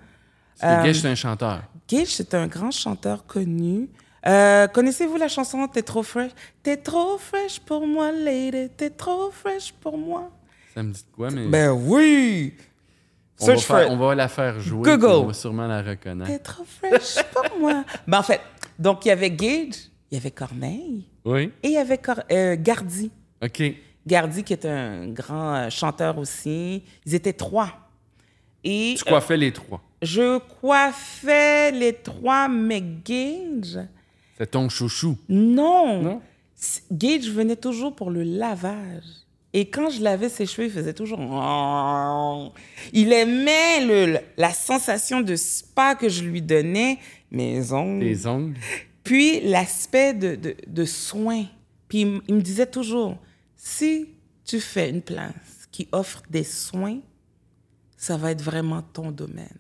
S1: Euh,
S2: Le gars, c'est un chanteur.
S1: Gage, c'est un grand chanteur connu. Euh, Connaissez-vous la chanson T'es trop fresh? T'es trop fresh pour moi, lady. T'es trop fresh pour moi.
S2: Ça me dit de quoi, mais
S1: Ben oui!
S2: Hmm. on, va
S1: Search
S2: faire-
S1: for it.
S2: on va la faire jouer.
S1: Google.
S2: puis On va sûrement la reconnaître.
S1: T'es trop fraîche pour moi. Ben, en fait, donc il y avait Gage, il y avait Corneille
S2: Oui.
S1: et il y avait Cor- euh, Gardy.
S2: OK.
S1: Gardy qui est un grand euh, chanteur aussi. Ils étaient trois. Et
S2: Tu coiffais les trois.
S1: euh, je coiffais les trois, mais Gage,
S2: C'est ton chouchou.
S1: non.
S2: Non?
S1: S- Gage venait toujours pour le lavage. Et quand je lavais ses cheveux, il faisait toujours. Il aimait le- la sensation de spa que je lui donnais. Mes ongles.
S2: Les ongles.
S1: Puis l'aspect de, de, de soin. Puis il, m- il me disait toujours, si tu fais une place qui offre des soins, ça va être vraiment ton domaine.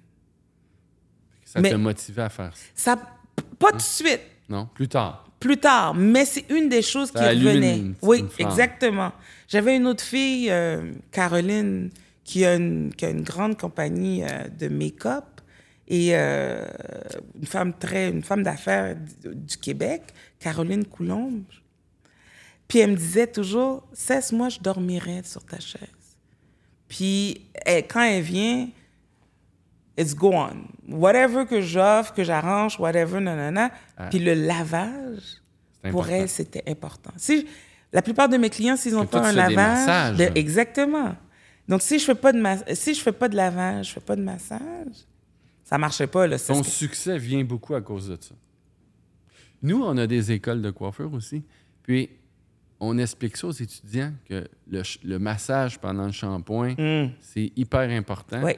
S2: Ça
S1: Mais-
S2: t'a motivé à faire ça.
S1: Ça, p- pas tout de suite,
S2: Non? Plus tard.
S1: plus tard, mais c'est une des choses
S2: Ça
S1: qui
S2: allume
S1: revenait.
S2: une-
S1: oui,
S2: une flamme.
S1: exactement. J'avais une autre fille, euh, Caroline, qui a, une, qui a une grande compagnie euh, de make-up et euh, une femme très, une femme d'affaires du, du Québec, Caroline Coulombe. Puis elle me disait toujours, cesse moi je dormirai sur ta chaise. Puis elle- quand elle vient, it's go on. Whatever que j'offre, que j'arrange, whatever, nanana. Puis le lavage,
S2: Ah. C'est
S1: pour
S2: important.
S1: elle, c'était important. Si, la plupart de mes clients, s'ils n'ont
S2: Parce
S1: pas
S2: que toi,
S1: un
S2: tu fais des massages,
S1: lavage... de-
S2: là.
S1: exactement. Donc, si je fais pas de ma- si je fais pas de lavage, je fais pas de massage, ça marchait pas. Là, c'est
S2: Ton
S1: ce que-
S2: succès vient beaucoup à cause de ça. Nous, on a des écoles de coiffure aussi. Puis, on explique ça aux étudiants que le, ch- le massage pendant le shampoing,
S1: Mm.
S2: c'est hyper important.
S1: Oui.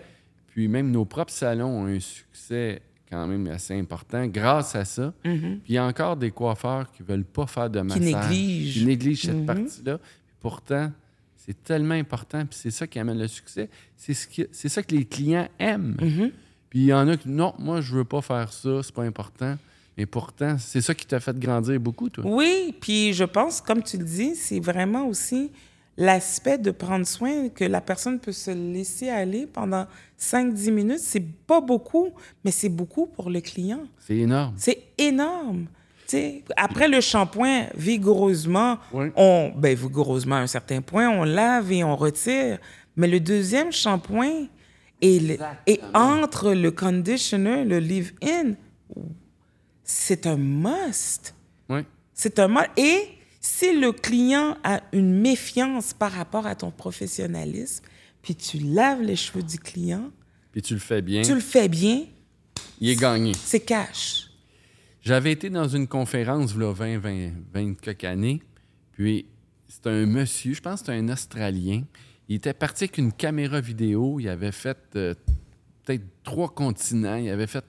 S2: Puis, même nos propres salons ont un succès quand même assez important grâce à ça.
S1: Mm-hmm.
S2: Puis, il y a encore des coiffeurs qui ne veulent pas faire de massage.
S1: négligent.
S2: Qui négligent cette
S1: Mhm.
S2: partie-là. Puis Pourtant, c'est tellement important. Puis, c'est ça qui amène le succès. C'est ce qui- c'est ça que les clients aiment.
S1: Mhm.
S2: Puis il y en a qui, non, moi, je veux pas faire ça, c'est pas important. Mais pourtant, c'est ça qui t'a fait grandir beaucoup, toi.
S1: Oui, puis je pense, comme tu le dis, c'est vraiment aussi l'aspect de prendre soin que la personne peut se laisser aller pendant 5-10 minutes. C'est pas beaucoup, mais c'est beaucoup pour le client.
S2: C'est énorme.
S1: C'est énorme. Tu sais, après le shampoing, vigoureusement,
S2: Oui.
S1: on, ben, vigoureusement à un certain point, on lave et on retire. Mais le deuxième shampoing et, le- et entre le conditioner, le leave-in, c'est un must.
S2: Oui.
S1: C'est un mal. Et si le client a une méfiance par rapport à ton professionnalisme, puis tu laves les cheveux du client,
S2: Puis tu le fais bien.
S1: tu le fais bien,
S2: Il est gagné.
S1: c'est cash.
S2: J'avais été dans une conférence, il y a 20, 20, 20 quelques années. Puis c'est un monsieur, je pense que c'est un Australien. Il était parti avec une caméra vidéo. Il avait fait euh, peut-être trois continents. Il avait fait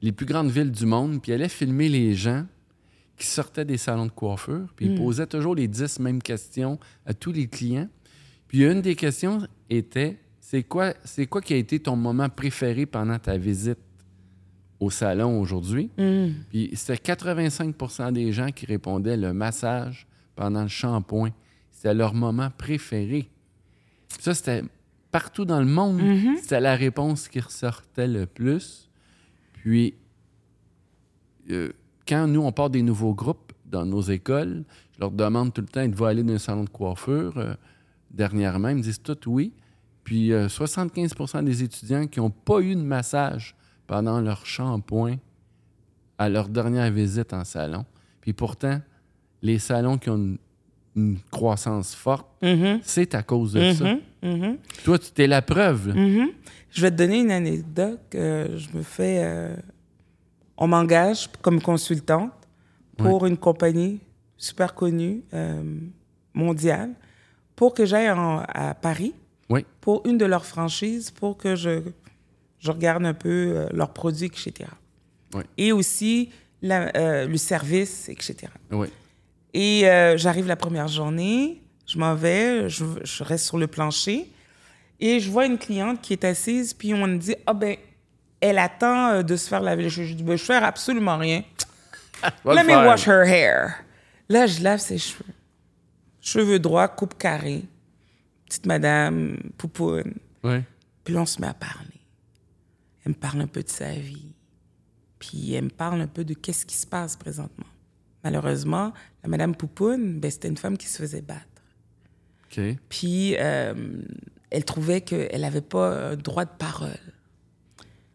S2: les plus grandes villes du monde. Puis il allait filmer les gens qui sortaient des salons de coiffure. Puis il posait toujours les 10 mêmes questions à tous les clients. Puis une des questions était c'est quoi, c'est quoi qui a été ton moment préféré pendant ta visite au salon aujourd'hui? Puis c'était 85 des gens qui répondaient le massage pendant le shampoing. C'était leur moment préféré. Puis ça, c'était partout dans le monde. C'était la réponse qui ressortait le plus. Puis, euh, quand nous, on part des nouveaux groupes dans nos écoles, je leur demande tout le temps, êtes-vous aller dans un salon de coiffure? Euh, dernièrement, ils me disent tout oui. Puis, euh, 75 des étudiants qui n'ont pas eu de massage pendant leur shampoing à leur dernière visite en salon. Puis pourtant, les salons qui ont une, une croissance forte,
S1: Mhm,
S2: Mm-hmm. c'est à cause de ça.
S1: mhm, mhm.
S2: Toi, tu t'es la preuve. là.
S1: Mhm. Je vais te donner une anecdote. euh, je me fais. euh, on m'engage comme consultante pour une compagnie super connue, euh, mondiale, pour que j'aille en- à Paris
S2: Oui.
S1: pour une de leurs franchises pour que je, je regarde un peu euh, leurs produits, etc.
S2: Oui.
S1: Et aussi la- euh, le service, etc.
S2: Oui.
S1: Et euh, j'arrive la première journée, je m'en vais, je, je reste sur le plancher et je vois une cliente qui est assise, puis on me dit Ah ben, elle attend euh, de se faire laver les cheveux. Je dis Ben, Je fais absolument rien.
S2: Va
S1: Let
S2: le
S1: me
S2: faire.
S1: wash her hair. Là, je lave ses cheveux. Cheveux droits, coupe carrée. Petite madame, poupoune.
S2: Oui.
S1: Puis là, on se met à parler. Elle me parle un peu de sa vie. Puis elle me parle un peu de qu'est-ce qui se passe présentement. Malheureusement, la madame Poupoune, ben, c'était une femme qui se faisait battre.
S2: OK.
S1: Puis euh, elle trouvait qu'elle n'avait pas un droit de parole.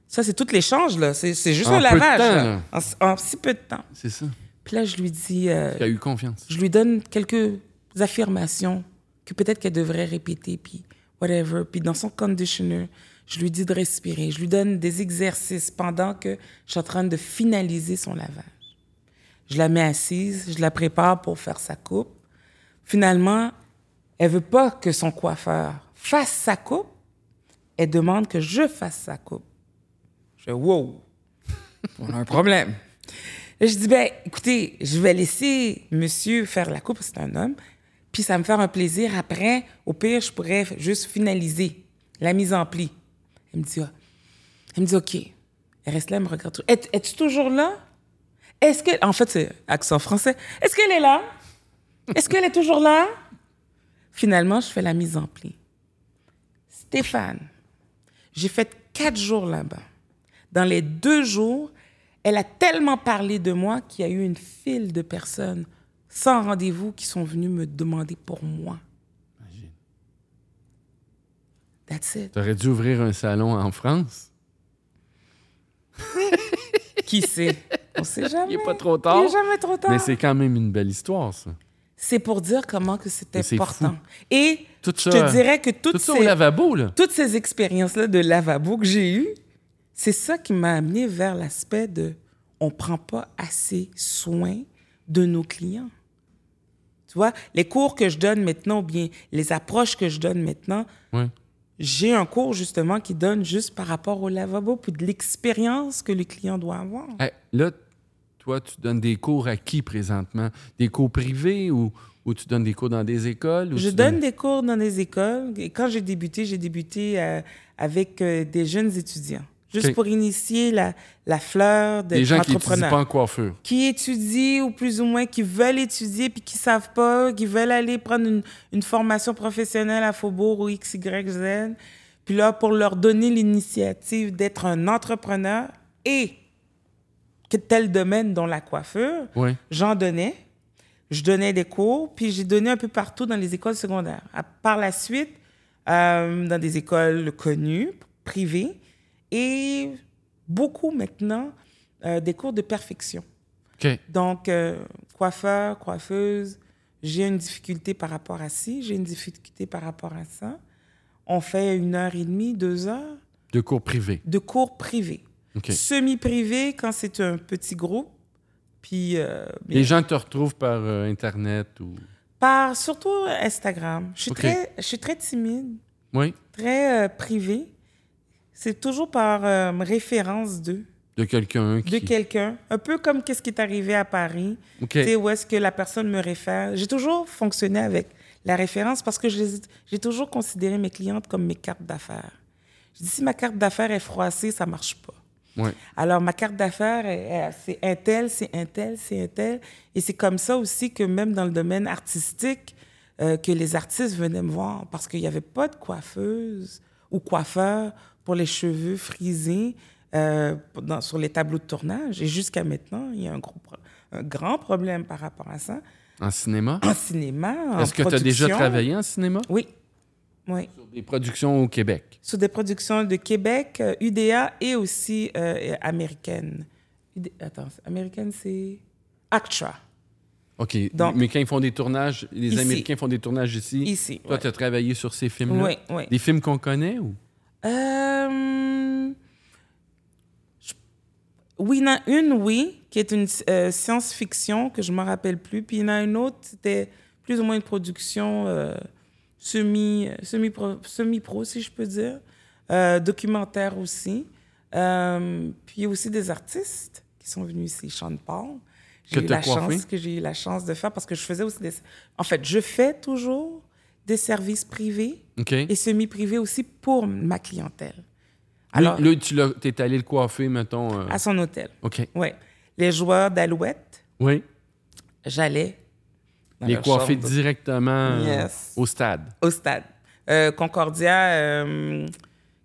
S1: Ça, c'est tout l'échange, là. C'est c'est juste
S2: En
S1: un
S2: peu de
S1: lavage,
S2: temps,
S1: là.
S2: là.
S1: En, s- en si peu de temps.
S2: C'est ça.
S1: Puis là, je lui dis... euh,
S2: Tu as eu confiance.
S1: je lui donne quelques affirmations que peut-être qu'elle devrait répéter, puis whatever. Puis dans son conditioner, je lui dis de respirer. Je lui donne des exercices pendant que je suis en train de finaliser son lavage. Je la mets assise, je la prépare pour faire sa coupe. Finalement, elle veut pas que son coiffeur fasse sa coupe. Elle demande que je fasse sa coupe. Je fais, wow, on a un problème. Là, je dis, ben, écoutez, je vais laisser monsieur faire la coupe, c'est un homme, puis ça va me faire un plaisir. Après, au pire, je pourrais juste finaliser la mise en pli. Elle me dit, ah. elle me dit, OK. Elle reste là, elle me regarde. tout. Es- Es-tu toujours là? Est-ce que, en fait, c'est accent français. Est-ce qu'elle est là? Est-ce qu'elle est toujours là? Finalement, je fais la mise en pli. Stéphane, j'ai fait quatre jours là-bas. Dans les deux jours, elle a tellement parlé de moi qu'il y a eu une file de personnes sans rendez-vous qui sont venues me demander pour moi. That's it.
S2: Tu aurais dû ouvrir un salon en France.
S1: Qui sait? On sait jamais.
S2: Il n'est pas trop tard.
S1: Il est jamais trop tard.
S2: Mais c'est quand même une belle histoire, ça.
S1: C'est pour dire comment que c'est
S2: Mais c'est
S1: important. Et
S2: Tout
S1: je
S2: ça,
S1: te dirais que toutes
S2: tout ça au
S1: ces-
S2: lavabo, là.
S1: toutes ces expériences-là de lavabo que j'ai eues, c'est ça qui m'a amené vers l'aspect de on prend pas assez soin de nos clients. Tu vois, les cours que je donne maintenant, ou bien les approches que je donne maintenant,
S2: Oui.
S1: j'ai un cours justement qui donne juste par rapport au lavabo, puis de l'expérience que le client doit avoir.
S2: Hey, là, toi, tu donnes des cours à qui présentement? Des cours privés ou, ou tu donnes des cours dans des écoles? ou
S1: Je
S2: tu
S1: donne des cours dans des écoles. Et quand j'ai débuté, j'ai débuté euh, avec euh, des jeunes étudiants, juste
S2: Ok.
S1: pour initier la, la fleur de
S2: des gens qui
S1: entrepreneur.
S2: n'étudient pas en coiffure.
S1: qui étudient ou plus ou moins qui veulent étudier puis qui savent pas, qui veulent aller prendre une, une formation professionnelle à Faubourg ou XYZ. Puis là, pour leur donner l'initiative d'être un entrepreneur et que tel domaine dont la coiffure,
S2: Oui.
S1: j'en donnais. Je donnais des cours, puis j'ai donné un peu partout dans les écoles secondaires. À- par la suite, euh, dans des écoles connues, privées, et beaucoup maintenant euh, des cours de perfection.
S2: OK.
S1: Donc, euh, coiffeur, coiffeuse, j'ai une difficulté par rapport à ci, j'ai une difficulté par rapport à ça. On fait une heure et demie, deux heures
S2: De cours privés.
S1: de cours privés.
S2: OK.
S1: Semi-privés quand c'est un petit groupe. Puis, euh, mais
S2: Les gens te retrouvent par euh, Internet ou.
S1: par surtout Instagram. Je suis,
S2: Ok.
S1: très, je suis très timide,
S2: Oui.
S1: très euh, privée. C'est toujours par euh, référence d'eux,
S2: De quelqu'un
S1: de
S2: qui.
S1: quelqu'un. Un peu comme qu'est-ce qui est arrivé à Paris.
S2: OK.
S1: Tu sais, où est-ce que la personne me réfère. J'ai toujours fonctionné avec la référence parce que je les ai- j'ai toujours considéré mes clientes comme mes cartes d'affaires. Je dis, si ma carte d'affaires est froissée, ça marche pas.
S2: Oui.
S1: Alors, ma carte d'affaires, elle- elle- c'est un tel, c'est un tel, c'est un tel. Et c'est comme ça aussi que même dans le domaine artistique, euh, que les artistes venaient me voir parce qu'il n'y avait pas de coiffeuse ou coiffeur pour les cheveux frisés euh, pour- dans- sur les tableaux de tournage. Et jusqu'à maintenant, il y a un, gros pro- un grand problème par rapport à ça.
S2: En cinéma?
S1: En cinéma, en
S2: Est-ce que tu as déjà
S1: production.
S2: travaillé en cinéma?
S1: Oui. Oui.
S2: Sur des productions au Québec.
S1: Sur des productions de Québec, euh, UDA et aussi euh, américaines. UD- Attends, c'est- américaine, c'est ACTRA.
S2: OK.
S1: Donc-
S2: mais quand ils font des tournages, les
S1: Ici.
S2: Américains font des tournages ici.
S1: Ici,
S2: Toi,
S1: ouais.
S2: tu as travaillé sur ces films-là?
S1: Oui, oui.
S2: Des films qu'on connaît ou?
S1: Euh, je- Oui, il y en a une, oui, qui est une euh, science-fiction que je ne me rappelle plus. Puis il y en a une autre, c'était plus ou moins une production euh, semi, euh, semi-pro, semi-pro, si je peux dire. Euh, documentaire aussi. Euh, puis il y a aussi des artistes qui sont venus ici, Sean Paul.
S2: Que
S1: J'ai eu
S2: t'as
S1: la
S2: coiffé?
S1: chance que j'ai eu la chance de faire parce que je faisais aussi des. En fait, je fais toujours des services privés
S2: OK.
S1: et semi-privés aussi pour ma clientèle.
S2: Alors,
S1: Alors,
S2: là, tu l'as- t'es allé le coiffer, mettons. euh,
S1: à son hôtel.
S2: OK.
S1: Oui. Les joueurs d'Alouette,
S2: Oui.
S1: j'allais. dans
S2: les
S1: leur
S2: coiffer
S1: chambre.
S2: directement euh,
S1: Yes.
S2: au stade.
S1: Au stade. Euh, Concordia, euh,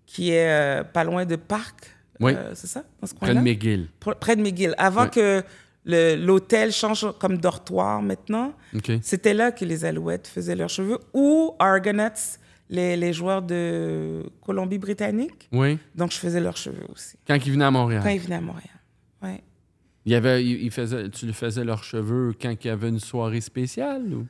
S1: qui est euh, pas loin de Parc.
S2: Oui.
S1: Euh, c'est ça, dans ce
S2: Près
S1: coin-là?
S2: de McGill.
S1: Pr- Près de McGill. Avant
S2: Oui.
S1: que le- l'hôtel change comme dortoir maintenant,
S2: OK.
S1: c'était là que les Alouettes faisaient leurs cheveux. Ou Argonauts, les, les joueurs de Colombie-Britannique.
S2: Oui.
S1: Donc, je faisais leurs cheveux aussi.
S2: Quand ils venaient à Montréal.
S1: Quand ils venaient à Montréal. Ouais.
S2: Il y avait, il, il faisait, tu lui faisais leurs cheveux quand il y avait une soirée spéciale ou il voulait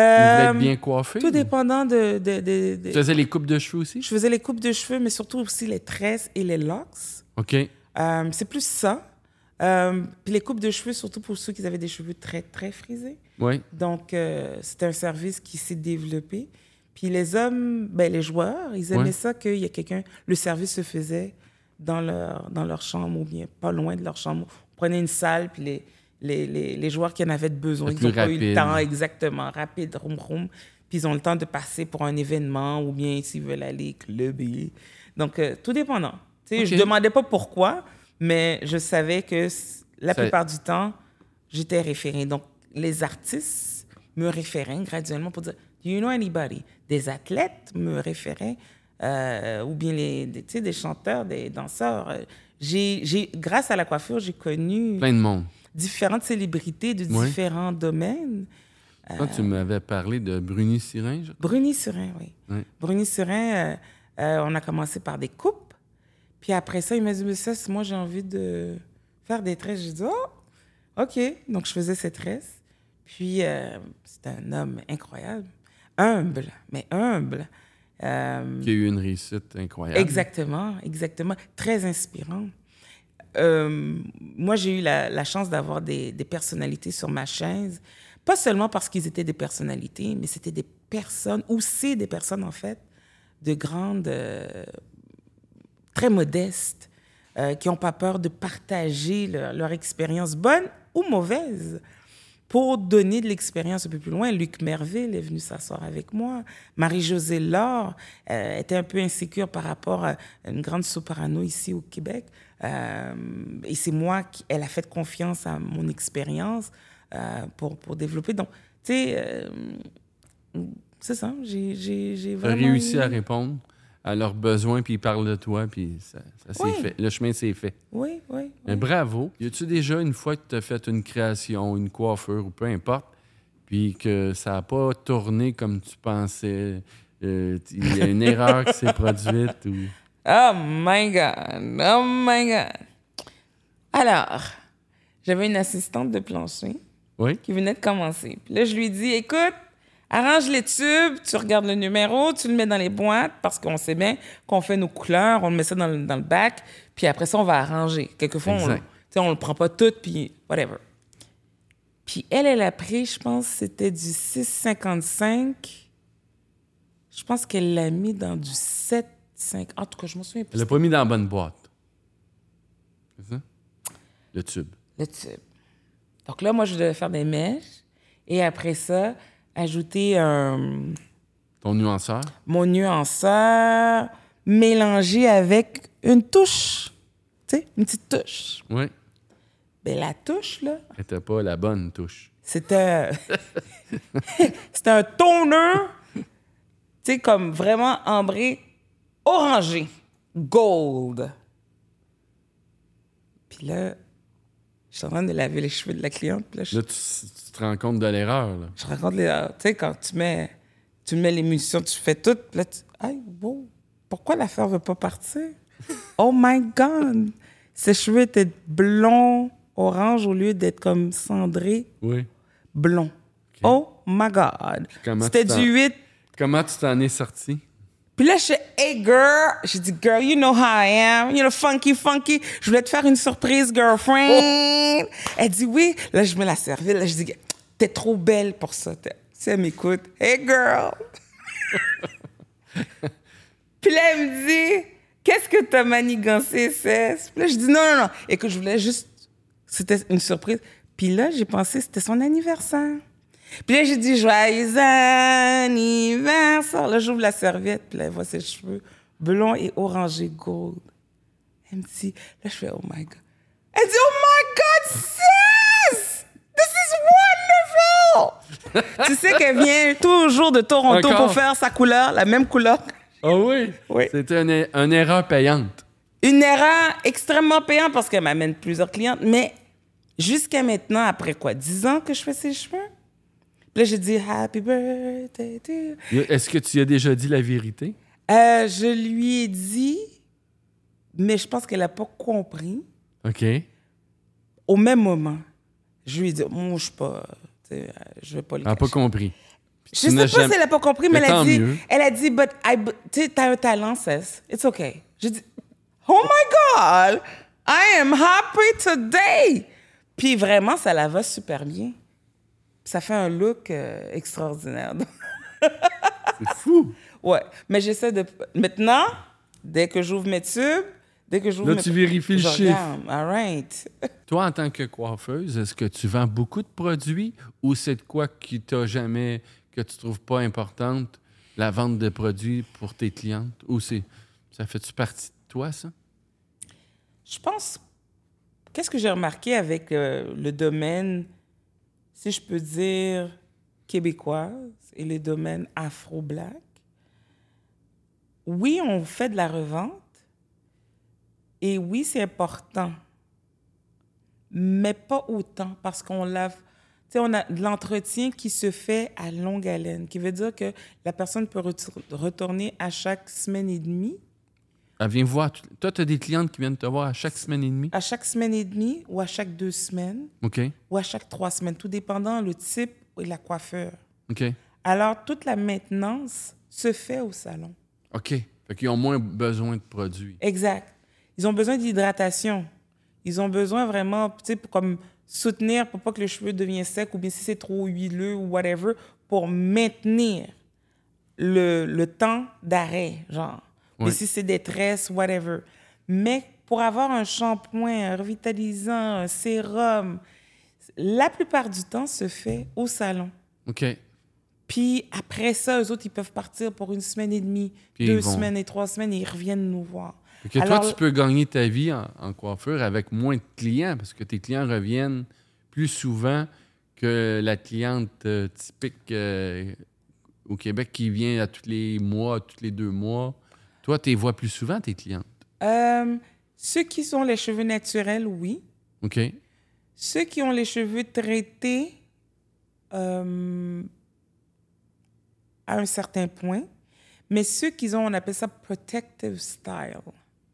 S1: Euh,
S2: être bien coiffé?
S1: tout
S2: ou-
S1: dépendant de- de- de- de,
S2: Tu faisais les coupes de cheveux aussi?
S1: Je faisais les coupes de cheveux, mais surtout aussi les tresses et les locks.
S2: OK.
S1: Euh, c'est plus ça. Euh, puis les coupes de cheveux, surtout pour ceux qui avaient des cheveux très, très frisés.
S2: Oui.
S1: Donc, euh, c'était un service qui s'est développé. Puis les hommes, ben, les joueurs, ils aimaient
S2: Ouais.
S1: ça qu'il y a quelqu'un... Le service se faisait dans leur, dans leur chambre ou bien pas loin de leur chambre. On prenait une salle, puis les, les, les, les joueurs qui en avaient besoin,
S2: Le
S1: ils
S2: plus
S1: n'ont pas eu
S2: rapide.
S1: le temps, exactement, rapide, roum, roum. Puis ils ont le temps de passer pour un événement ou bien s'ils veulent aller clubber. Donc, euh, tout dépendant. Tu sais, Je
S2: Ok.
S1: ne demandais pas pourquoi, mais je savais que c- la
S2: Ça-
S1: plupart du temps, j'étais référée. Donc, les artistes me référaient graduellement pour dire Do you know anybody Des athlètes me référaient, euh, ou bien les, des, tu sais, des chanteurs, des danseurs. Euh, J'ai, j'ai- grâce à la coiffure, j'ai connu
S2: Plein de monde.
S1: différentes célébrités de
S2: Ouais.
S1: différents domaines.
S2: Quand
S1: Euh.
S2: tu m'avais parlé de Bruni Siringe,
S1: Bruni Surin, oui.
S2: Ouais.
S1: Bruni Surin, euh, euh, on a commencé par des coupes. Puis après ça, il m'a dit, mais ça, c'est- moi, j'ai envie de faire des tresses. J'ai dit, oh, OK. Donc, je faisais ces tresses. Puis, euh, c'est un homme incroyable, humble, mais humble. Euh,
S2: qui a eu une réussite incroyable.
S1: Exactement, exactement. Très inspirant. Euh, moi, j'ai eu la, la chance d'avoir des, des personnalités sur ma chaise. Pas seulement parce qu'ils étaient des personnalités, mais c'était des personnes, ou c'est des personnes, en fait, de grandes, euh, très modestes, euh, qui n'ont pas peur de partager leur, leur expérience, bonne ou mauvaise, pour donner de l'expérience un peu plus loin. Luc Merville est venu s'asseoir avec moi. Marie-Josée Laure euh, était un peu insécure par rapport à une grande soprano ici au Québec. Euh, et c'est moi qui. Elle a fait confiance à mon expérience euh, pour, pour développer. Donc, tu sais. euh, c'est ça, j'ai- j'ai j'ai
S2: Tu as
S1: vraiment.
S2: réussi
S1: eu-
S2: à répondre à leurs besoins, puis ils parlent de toi, puis ça, ça s'est
S1: Oui.
S2: fait. Le chemin s'est fait.
S1: Oui, oui.
S2: Mais bravo. Y a-tu déjà une fois que tu as fait une création, une coiffure ou peu importe, puis que ça n'a pas tourné comme tu pensais? euh, t- Il y a une erreur qui s'est produite ou.
S1: Oh my God! Oh my God! Alors, j'avais une assistante de plancher
S2: Oui?
S1: qui venait de commencer. Puis là, je lui dis, écoute, arrange les tubes, tu regardes le numéro, tu le mets dans les boîtes parce qu'on sait bien qu'on fait nos couleurs, on le met ça dans le, dans le bac, puis après ça, on va arranger. Quelquefois, on, le-
S2: Exact.
S1: tu sais, on le prend pas tout, puis whatever. Puis elle, elle a pris, je pense, c'était du 6,55. Je pense qu'elle l'a mis dans du 7,5. En tout cas, je me souviens
S2: Elle
S1: plus.
S2: l'a pas mis dans la bonne boîte. C'est ça? Le tube.
S1: le tube. Donc là, moi, je devais faire des mèches et après ça, ajouter un,
S2: Ton nuanceur.
S1: mon nuanceur mélangé avec une touche. Tu sais, une petite touche.
S2: Oui.
S1: Ben, la touche, là,
S2: C'était pas la bonne touche.
S1: c'était. c'était un toner, tu sais, comme vraiment ambré, orangé, gold. Puis là, je suis en train de laver les cheveux de la cliente. Puis là, je
S2: Là, tu, tu te rends compte de l'erreur. là.
S1: Je raconte les. ah, Tu sais, quand tu mets, tu mets les munitions, tu fais tout. puis Là, tu. Aïe, wow, Pourquoi l'affaire veut pas partir? Oh my God! Ses cheveux étaient blonds, orange, au lieu d'être comme cendré,
S2: Oui.
S1: blond. Oh my God!
S2: Comment
S1: C'était
S2: tu t'en-
S1: du 8.
S2: Comment tu t'en es sorti?
S1: Puis là, je suis, hey girl! J'ai dit, girl, you know how I am. You know, funky, funky. Je voulais te faire une surprise, girlfriend. Elle dit oui. Là, je me la serville. Là, je dis, t'es trop belle pour ça. T'es- Si elle m'écoute, hey girl! Puis là, elle me dit, qu'est-ce que t'as manigancé, c'est? Puis là, je dis, non, non, non. Écoute, je voulais juste C'était une surprise. Puis là, j'ai pensé c'était son anniversaire. Puis là, j'ai dit Joyeux anniversaire. Là, j'ouvre la serviette, puis là, elle voit ses cheveux blonds et orangés gold. Elle me dit, là, je fais Oh my God. Elle dit Oh my God, sis! This is wonderful! tu sais qu'elle vient toujours de Toronto
S2: Encore?
S1: pour faire sa couleur, la même couleur.
S2: Ah oui?
S1: Oui.
S2: C'était une, é- une erreur payante.
S1: Une erreur extrêmement payante parce qu'elle m'amène plusieurs clientes, mais jusqu'à maintenant, après quoi, 10 ans que je fais ses cheveux? Puis là, j'ai dit Happy birthday to you.
S2: Est-ce que tu y as déjà dit la vérité?
S1: Euh, je lui ai dit, mais je pense qu'elle n'a pas compris.
S2: OK.
S1: Au même moment, je lui ai dit, moi, je suis pas. tu sais, euh, Je vais pas le
S2: Elle n'a Ah, pas
S1: cacher.
S2: compris.
S1: Je
S2: Tu
S1: sais
S2: n'as
S1: pas
S2: jamais-
S1: si elle n'a pas compris, mais,
S2: Mais
S1: elle a
S2: tant
S1: dit,
S2: mieux.
S1: elle a dit, but I, b- tu sais, t'as un talent, sis. It's okay. J'ai dit, oh my God, I am happy today. Puis vraiment, ça la va super bien. Ça fait un look euh, extraordinaire.
S2: C'est fou.
S1: Ouais, mais j'essaie de. Maintenant, dès que j'ouvre mes tubes, dès que j'ouvre
S2: Là,
S1: mes.
S2: tu vérifies le
S1: Je
S2: chiffre.
S1: regarde. All right.
S2: Toi, en tant que coiffeuse, est-ce que tu vends beaucoup de produits ou c'est de quoi qui t'a jamais, que tu trouves pas importante, la vente de produits pour tes clientes? Ou c'est, ça fait-tu partie de toi, ça?
S1: Je pense. Qu'est-ce que j'ai remarqué avec euh, le domaine, si je peux dire, québécoise et les domaines afro-black? Oui, on fait de la revente. Et oui, c'est important. Mais pas autant parce qu'on lave. Tu sais, on a de l'entretien qui se fait à longue haleine, qui veut dire que la personne peut retour- retourner à chaque semaine et demie
S2: Elle vient Ah, voir. tout- Toi, tu as des clientes qui viennent te voir à chaque semaine et demie.
S1: à chaque semaine et demie ou à chaque deux semaines
S2: OK.
S1: ou à chaque trois semaines, tout dépendant le type et la coiffeur.
S2: OK.
S1: Alors, toute la maintenance se fait au salon.
S2: OK. Fait qu'ils ont moins besoin de produits.
S1: Exact. Ils ont besoin d'hydratation. Ils ont besoin vraiment, tu sais, pour comme soutenir pour pas que le cheveu devienne sec ou bien si c'est trop huileux ou whatever, pour maintenir le, le temps d'arrêt, genre.
S2: Oui.
S1: Mais si c'est des tresses, whatever. Mais pour avoir un shampoing, un revitalisant, un sérum, la plupart du temps se fait au salon.
S2: OK.
S1: Puis après ça, eux autres, ils peuvent partir pour une semaine et demie,
S2: Puis
S1: deux
S2: ils vont.
S1: semaines et trois semaines, et ils reviennent nous voir.
S2: Fait que
S1: Alors-
S2: toi, tu peux gagner ta vie en, en coiffure avec moins de clients parce que tes clients reviennent plus souvent que la cliente euh, typique euh, au Québec qui vient à tous les mois, tous les deux mois. Toi, tu les vois plus souvent, tes clientes.
S1: Euh, ceux qui sont les cheveux naturels, oui.
S2: OK.
S1: Ceux qui ont les cheveux traités euh, à un certain point, mais ceux qui ont, on appelle ça protective style.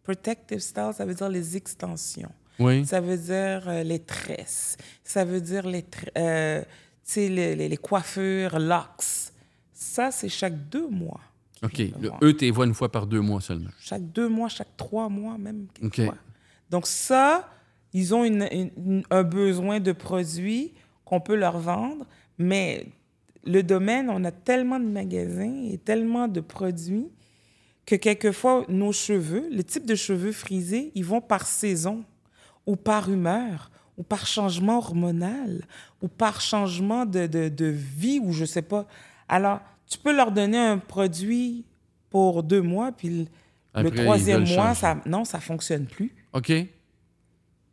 S1: Protective style, ça veut dire les extensions.
S2: Oui.
S1: Ça veut dire euh, les tresses. Ça veut dire les, tr- euh, tu sais, les, les- les coiffures, locks. Ça, c'est chaque deux mois. qu'ils
S2: OK.
S1: viennent me
S2: Le-
S1: voir.
S2: eux, tu les vois une fois par deux mois seulement.
S1: Chaque deux mois, chaque trois mois même.
S2: OK.
S1: quelquefois. Donc ça, ils ont une- une- une- un besoin de produits qu'on peut leur vendre, mais le domaine, on a tellement de magasins et tellement de produits que quelquefois, nos cheveux, le type de cheveux frisés, ils vont par saison ou par humeur ou par changement hormonal ou par changement de, de- de vie ou je sais pas. Alors, tu peux leur donner un produit pour deux mois, puis le-
S2: Après, ils
S1: le troisième
S2: veulent
S1: mois,
S2: changer.
S1: ça, non, ça fonctionne plus.
S2: OK.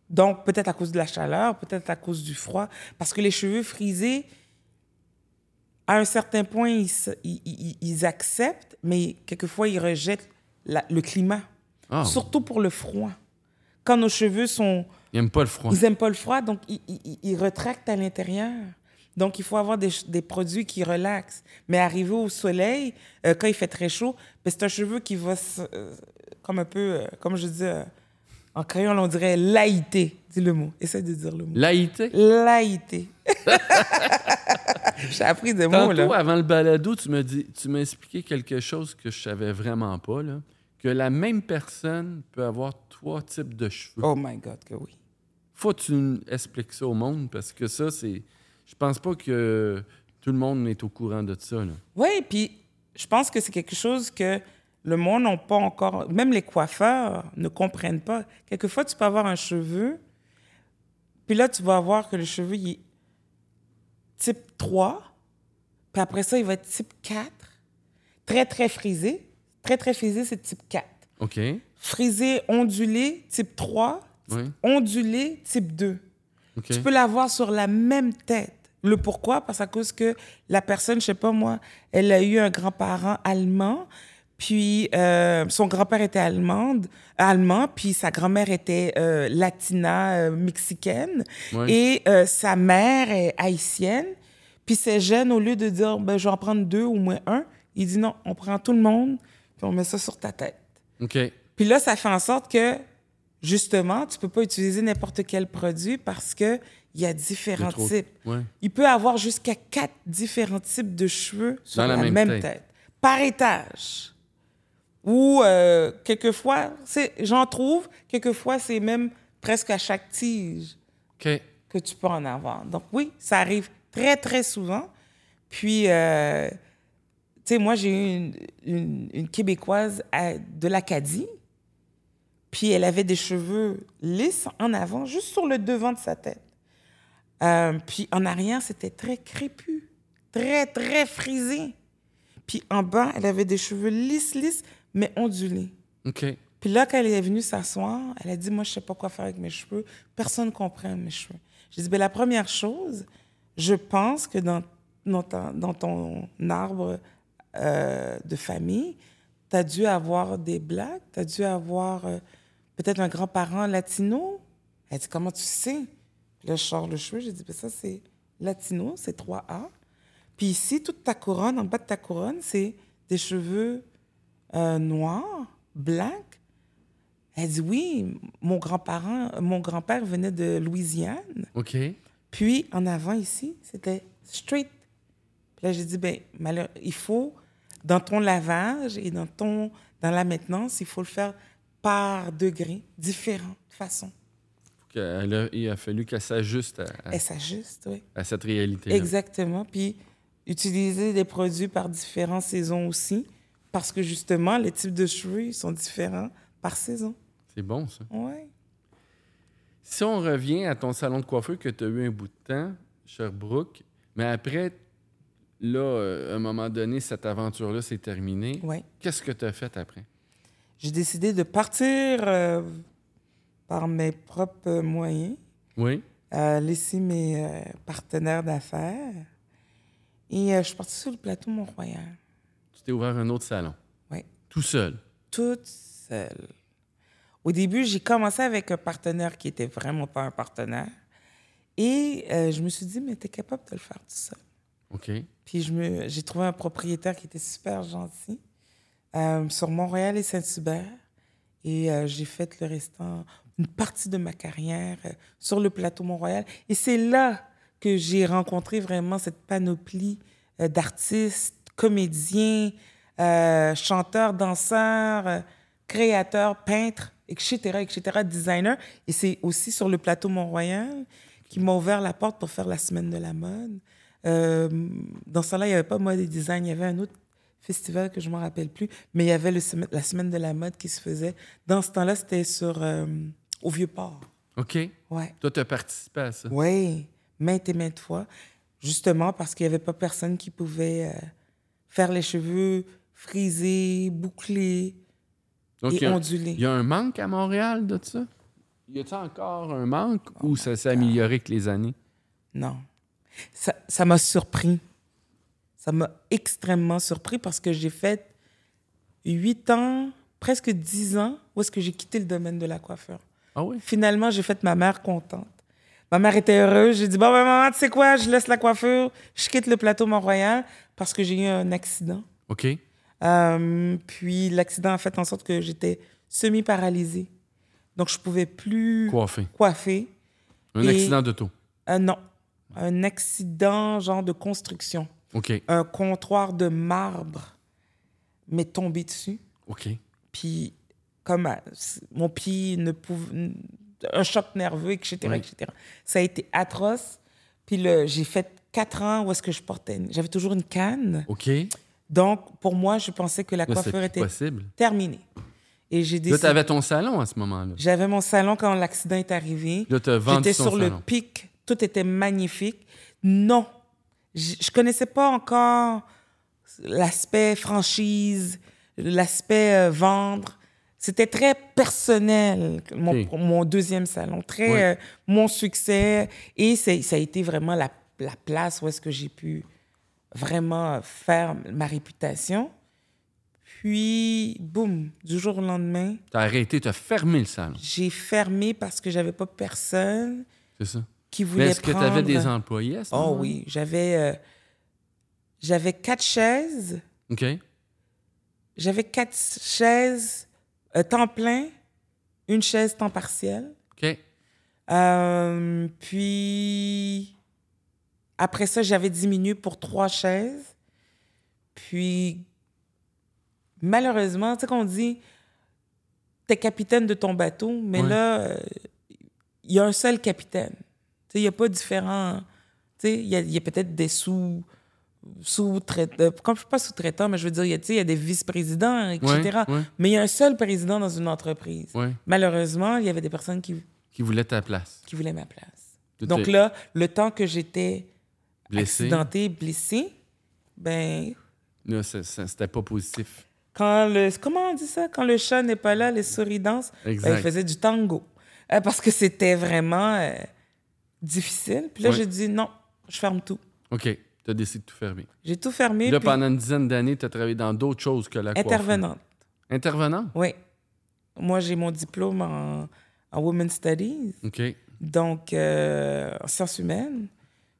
S1: Donc, peut-être à cause de la chaleur, peut-être à cause du froid, parce que les cheveux frisés, à un certain point, ils, se- ils- ils- ils acceptent, mais quelquefois, ils rejettent la- le climat,
S2: Ah,
S1: surtout pour le froid. Quand nos cheveux sont...
S2: ils n'aiment pas le froid.
S1: Ils n'aiment pas le froid, donc ils, ils- ils- ils retractent à l'intérieur. Donc, il faut avoir des, ch- des produits qui relaxent. Mais arrivé au soleil, euh, quand il fait très chaud, ben, c'est un cheveu qui va se- euh, comme un peu, euh, comme je dis euh, en crayon, on dirait laïté. Dis le mot. Essaie de dire le mot.
S2: Laïté.
S1: Laïté. J'ai appris des mots,
S2: Tantôt,
S1: là.
S2: avant le balado, tu me dis, tu m'as expliqué quelque chose que je savais vraiment pas, là, que la même personne peut avoir trois types de cheveux.
S1: Oh my God, que oui.
S2: Faut que tu nous expliques ça au monde parce que ça, c'est, je pense pas que tout le monde est au courant de ça. là.
S1: Oui, puis je pense que c'est quelque chose que le monde n'a pas encore, même les coiffeurs ne comprennent pas. Quelquefois, tu peux avoir un cheveu, Puis là, tu vas voir que le cheveu, il est type 3. Puis après ça, il va être type 4. Très, très frisé. Très, très frisé, c'est type 4.
S2: OK.
S1: Frisé, ondulé, type 3.
S2: Oui.
S1: Ondulé, type 2.
S2: OK.
S1: Tu peux l'avoir sur la même tête. Le pourquoi? Parce à cause que la personne, je sais pas moi, elle a eu un grand-parent allemand, puis euh, son grand-père était allemande, allemand, puis sa grand-mère était euh, latina, euh, mexicaine,
S2: Ouais.
S1: et euh, sa mère est haïtienne. Puis ces jeunes, au lieu de dire, ben, je vais en prendre deux ou au moins un, il dit non, on prend tout le monde, puis on met ça sur ta tête.
S2: OK.
S1: Puis là, ça fait en sorte que, justement, tu peux pas utiliser n'importe quel produit parce que il y a différents
S2: Il y a trop-
S1: types.
S2: ouais.
S1: Il peut avoir jusqu'à quatre différents types de cheveux sur
S2: Dans
S1: la, même, tête. par étage. Ou euh, quelquefois, c'est- j'en trouve, quelquefois, c'est même presque à chaque tige
S2: OK.
S1: que tu peux en avoir. Donc oui, ça arrive très, très souvent. Puis, euh, tu sais, moi, j'ai eu une, une- une Québécoise à- de l'Acadie, puis elle avait des cheveux lisses en avant, juste sur le devant de sa tête. Euh, puis en arrière, c'était très crépus, très, très frisé. Puis en bas, elle avait des cheveux lisses, lisses, mais ondulés.
S2: OK.
S1: Puis là, quand elle est venue s'asseoir, elle a dit, moi, je sais pas quoi faire avec mes cheveux. Personne ne comprend mes cheveux. J'ai dit, ben, la première chose, je pense que dans, dans, ta- dans ton arbre euh, de famille, tu as dû avoir des blacks, tu as dû avoir euh, peut-être un grand-parent latino. Elle dit, comment tu sais? Puis là, je sors le cheveu, j'ai dit, ben, ça, c'est latino, c'est 3A. Puis ici, toute ta couronne, en bas de ta couronne, c'est des cheveux euh, noirs, blancs. Elle dit oui, mon grand-parent, mon grand-père venait de Louisiane.
S2: OK.
S1: Puis en avant ici, c'était straight. Puis là, j'ai dit ben malheur, il faut dans ton lavage et dans ton dans la maintenance, il faut le faire par degré, différentes façons.
S2: Faut qu'elle a- il a fallu qu'elle s'ajuste à, à-
S1: Elle s'ajuste, oui.
S2: à cette réalité.
S1: Exactement. Puis utiliser des produits par différentes saisons aussi, parce que justement, les types de cheveux ils sont différents par saison.
S2: C'est bon, ça.
S1: Ouais.
S2: Si on revient à ton salon de coiffeur que tu as eu un bout de temps, Sherbrooke, mais après, là, euh, à un moment donné, cette aventure-là s'est terminée.
S1: Ouais.
S2: Qu'est-ce que tu as fait après?
S1: J'ai décidé de partir euh, par mes propres moyens,
S2: Oui.
S1: euh, laisser mes euh, partenaires d'affaires. Et euh, je suis partie sur le plateau Mont-Royal,
S2: Tu t'es ouvert un autre salon.
S1: Ouais.
S2: Tout seul.
S1: toute seule. Au début, j'ai commencé avec un partenaire qui était vraiment pas un partenaire. Et euh, je me suis dit, mais t'es capable de le faire tout seul.
S2: OK.
S1: Puis je me- j'ai trouvé un propriétaire qui était super gentil euh, sur Montréal et Saint-Hubert. Et euh, j'ai fait le restant, une partie de ma carrière euh, sur le plateau Mont-Royal. Et c'est là que j'ai rencontré vraiment cette panoplie euh, d'artistes, comédiens, euh, chanteurs, danseurs, euh, créateurs, peintres, etc., etc., designers. Et c'est aussi sur le plateau Mont-Royal qui m'a ouvert la porte pour faire la semaine de la mode. Euh, dans ce là il n'y avait pas mode et design, il y avait un autre festival que je ne m'en rappelle plus, mais il y avait le sem- la semaine de la mode qui se faisait. Dans ce temps-là, c'était sur euh, au Vieux-Port.
S2: OK.
S1: Ouais.
S2: Toi, tu as participé à ça.
S1: Oui, maintes et maintes fois. Justement parce qu'il n'y avait pas personne qui pouvait euh, faire les cheveux frisés, bouclés
S2: Donc, il y
S1: et
S2: a-
S1: ondulés.
S2: Il y a un manque à Montréal de ça? Y a-t-il encore un manque
S1: Ah,
S2: ou ça s'est amélioré avec les années?
S1: Non. Ça ça m'a surpris. Ça m'a extrêmement surpris parce que j'ai fait huit ans, presque dix ans, où est-ce que j'ai quitté le domaine de la coiffure.
S2: Ah oui?
S1: Finalement, j'ai fait ma mère contente. Ma mère était heureuse. J'ai dit, bon, ben, maman, tu sais quoi, je laisse la coiffure, je quitte le plateau Mont-Royal parce que j'ai eu un accident.
S2: OK.
S1: Euh, puis l'accident a fait en sorte que j'étais semi-paralysée. Donc, je pouvais plus
S2: Coiffé.
S1: coiffer.
S2: Un
S1: Et-
S2: accident d'auto.
S1: Euh, non. Un accident, genre de construction.
S2: OK.
S1: Un comptoir de marbre m'est tombé dessus.
S2: OK.
S1: Puis, comme euh, c- mon pied ne pouvait. Un choc nerveux, etc.,
S2: Oui.
S1: etc. Ça a été atroce. Puis, le- j'ai fait quatre ans où est-ce que je portais. une- J'avais toujours une canne.
S2: OK. Là,
S1: Donc, pour moi, je pensais que la
S2: c'est
S1: coiffure
S2: plus
S1: était
S2: possible.
S1: terminée. Et j'ai
S2: Là,
S1: décidé.
S2: t'avais ton salon à ce moment-là.
S1: J'avais mon salon quand l'accident est arrivé.
S2: Là, t'as vendu
S1: J'étais
S2: ton
S1: sur le
S2: salon.
S1: pic. Tout était magnifique. Non, je je connaissais pas encore l'aspect franchise, l'aspect euh, vendre. C'était très personnel, mon,
S2: Ok.
S1: mon deuxième salon. Très
S2: Ouais.
S1: euh, mon succès. Et c'est- ça a été vraiment la, la place où est-ce que j'ai pu vraiment euh, faire ma réputation. Puis, boum, du jour au lendemain,
S2: T'as arrêté, t'as fermé le salon.
S1: j'ai fermé parce que j'avais pas personne
S2: C'est ça.
S1: qui
S2: Mais
S1: voulait
S2: est-ce que
S1: prendre...
S2: t'avais des employés à ce
S1: Oh
S2: moment-là?
S1: oui, j'avais... euh, j'avais quatre chaises.
S2: OK.
S1: J'avais quatre chaises euh, temps plein, une chaise temps partiel.
S2: OK.
S1: Euh, puis... Après ça, j'avais diminué pour trois chaises. Puis... Malheureusement, tu sais qu'on dit... T'es capitaine de ton bateau, mais
S2: Ouais.
S1: là... euh, il y a un seul capitaine. Tu sais, Il n'y a pas différents. tu sais, Il y a, il y a peut-être des sous. Sous-traitants, euh, comme je suis pas sous-traitant, mais je veux dire, il y a, tu sais, il y a des vice-présidents, etc.
S2: Ouais, ouais.
S1: Mais il y a un seul président dans une entreprise.
S2: Ouais.
S1: Malheureusement, il y avait des personnes qui,
S2: Qui voulait ta place.
S1: qui voulaient ma place.
S2: Tu
S1: Donc
S2: t'es
S1: là, le temps que j'étais
S2: blessé.
S1: accidentée, blessée, ben,
S2: Là, c'est- c'est- c'était pas positif.
S1: quand le. Comment on dit ça? Quand le chat n'est pas là, les souris dansent.
S2: Exact.
S1: Ben, il faisait du tango. Euh, parce que c'était vraiment euh, difficile. Puis là,
S2: Ouais.
S1: j'ai dit non, je ferme tout.
S2: OK. T'as décidé de tout fermer.
S1: J'ai tout fermé.
S2: là,
S1: puis
S2: pendant une dizaine d'années, t'as travaillé dans d'autres choses que la coiffure.
S1: intervenante.
S2: Intervenant?
S1: Oui. Moi, j'ai mon diplôme en, en Women's Studies,
S2: OK.
S1: donc euh, en sciences humaines.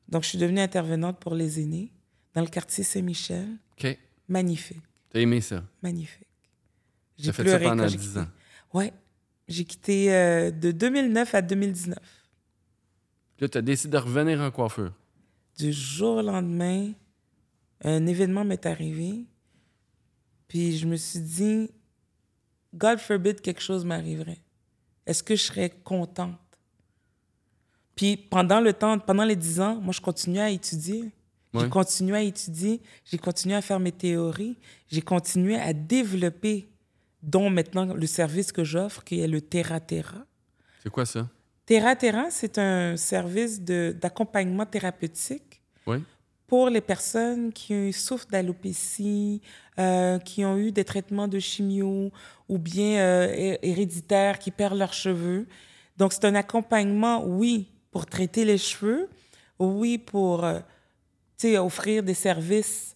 S1: Donc, je suis devenue intervenante pour les aînés dans le quartier Saint-Michel.
S2: OK.
S1: Magnifique,
S2: T'as aimé ça.
S1: magnifique.
S2: T'as fait ça pendant 10 ans.
S1: Oui. J'ai quitté euh, de 2009 à 2019.
S2: Là, t'as décidé de revenir en coiffure.
S1: du jour au lendemain, un événement m'est arrivé. Puis je me suis dit, God forbid quelque chose m'arriverait. Est-ce que je serais contente? Puis pendant le temps, pendant les dix ans, moi, je continuais à étudier.
S2: Ouais.
S1: J'ai continué à étudier, j'ai continué à faire mes théories, j'ai continué à développer, dont maintenant le service que j'offre, qui est le Terra Terra.
S2: C'est quoi ça?
S1: Terra Terra, c'est un service de- d'accompagnement thérapeutique
S2: Oui.
S1: pour les personnes qui souffrent d'alopécie, euh, qui ont eu des traitements de chimio ou bien euh, hé- héréditaires, qui perdent leurs cheveux. Donc, c'est un accompagnement, oui, pour traiter les cheveux, oui, pour euh, tu sais, offrir des services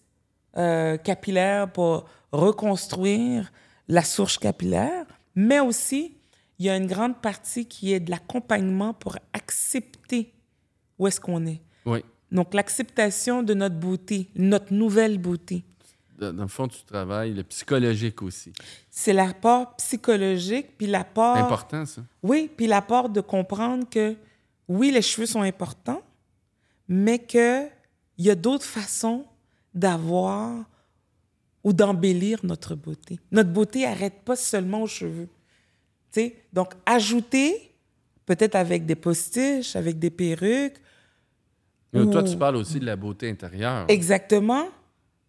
S1: euh, capillaires pour reconstruire la source capillaire, mais aussi, il y a une grande partie qui est de l'accompagnement pour accepter où est-ce qu'on est.
S2: Oui.
S1: Donc, l'acceptation de notre beauté, notre nouvelle beauté.
S2: Dans dans le fond, tu travailles le psychologique aussi.
S1: C'est l'apport psychologique, puis l'apport...
S2: C'est important, ça.
S1: Oui, puis l'apport de comprendre que, oui, les cheveux sont importants, mais qu'il y a d'autres façons d'avoir ou d'embellir notre beauté. Notre beauté n'arrête pas seulement aux cheveux. Tu sais, Donc, ajouter, peut-être avec des postiches, avec des perruques,
S2: Mais Toi,
S1: Ouh.
S2: tu parles aussi de la beauté intérieure.
S1: Exactement,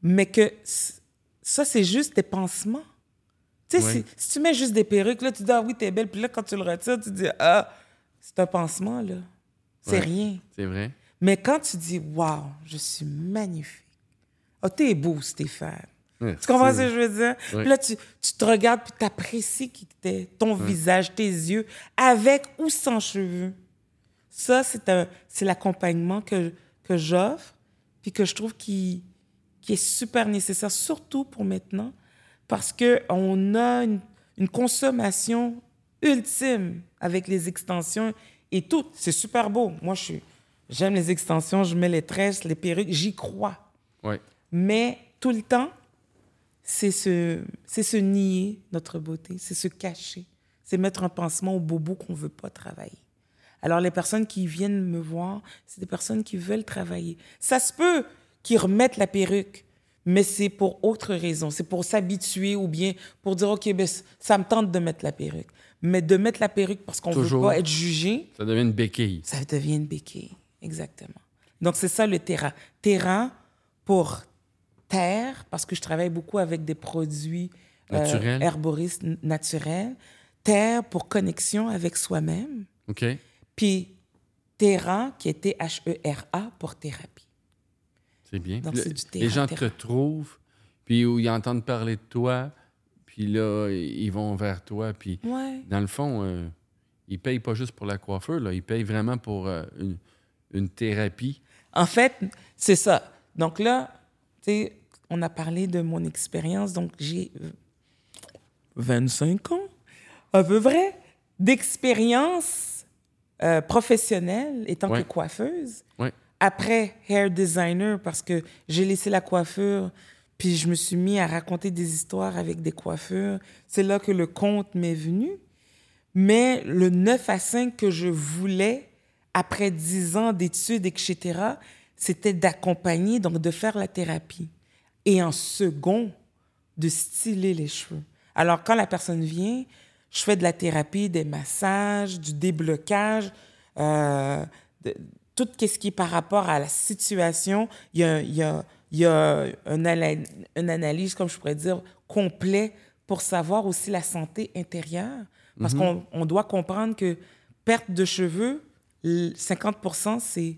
S1: mais que c- ça, c'est juste des pansements. Tu sais,
S2: Oui.
S1: si, si tu mets juste des perruques, là, tu dis, ah oui, t'es belle, puis là, quand tu le retires, tu dis, ah, c'est un pansement, là. C'est
S2: Ouais.
S1: rien.
S2: C'est vrai.
S1: Mais quand tu dis, waouh, je suis magnifique. Ah, t'es beau, Stéphane. Tu comprends ce que je veux dire?
S2: Oui.
S1: Puis là, tu, tu te regardes, puis t'apprécies qui t'es, ton visage, tes yeux, avec ou sans cheveux. Ça, c'est, un- c'est l'accompagnement que, que j'offre, puis que je trouve qui, qui est super nécessaire, surtout pour maintenant, parce qu'on a une, une consommation ultime avec les extensions et tout. C'est super beau. Moi, je suis- j'aime les extensions, je mets les tresses, les perruques, j'y crois.
S2: Oui.
S1: Mais tout le temps, c'est se, c'est se nier notre beauté, c'est se cacher, c'est mettre un pansement au bobo qu'on ne veut pas travailler. Alors les personnes qui viennent me voir, c'est des personnes qui veulent travailler. Ça se peut qu'ils remettent la perruque, mais c'est pour autre raison. C'est pour s'habituer ou bien pour dire, OK, ben, c- ça me tente de mettre la perruque. Mais de mettre la perruque parce qu'on ne veut
S2: Toujours.
S1: pas être jugé,
S2: Ça devient une béquille.
S1: ça devient une béquille. Exactement. Donc, c'est ça le terrain. Terrain pour terre, parce que je travaille beaucoup avec des produits
S2: Naturel.
S1: herboriste n- naturel, terre pour connexion avec soi-même,
S2: OK.
S1: puis terra qui était H-E-R-A pour thérapie.
S2: C'est bien.
S1: Donc,
S2: Le-
S1: c'est du
S2: les gens te
S1: terrain-terrain.
S2: trouvent, puis où ils entendent parler de toi, puis là, ils vont vers toi. Puis
S1: Ouais.
S2: dans le fond, euh, ils payent pas juste pour la coiffeur, là, ils payent vraiment pour euh, une, une thérapie.
S1: En fait, c'est ça. Donc là, tu sais, on a parlé de mon expérience. Donc j'ai 25 ans, à peu vrai, d'expérience euh, professionnelle étant
S2: Ouais.
S1: que coiffeuse.
S2: Ouais.
S1: Après hair designer, parce que j'ai laissé la coiffure, puis je me suis mis à raconter des histoires avec des coiffures. C'est là que le conte m'est venu. Mais le 9 à 5 que je voulais, après 10 ans d'études, etc., c'était d'accompagner, donc de faire la thérapie. Et en second, de styler les cheveux. Alors, quand la personne vient, je fais de la thérapie, des massages, du déblocage, euh, de- tout ce qui est par rapport à la situation. Il y a, il y a- il y a un ala- une analyse, comme je pourrais dire, complet pour savoir aussi la santé intérieure.
S2: Mhm.
S1: Parce qu'on on doit comprendre que perte de cheveux, l- 50 c'est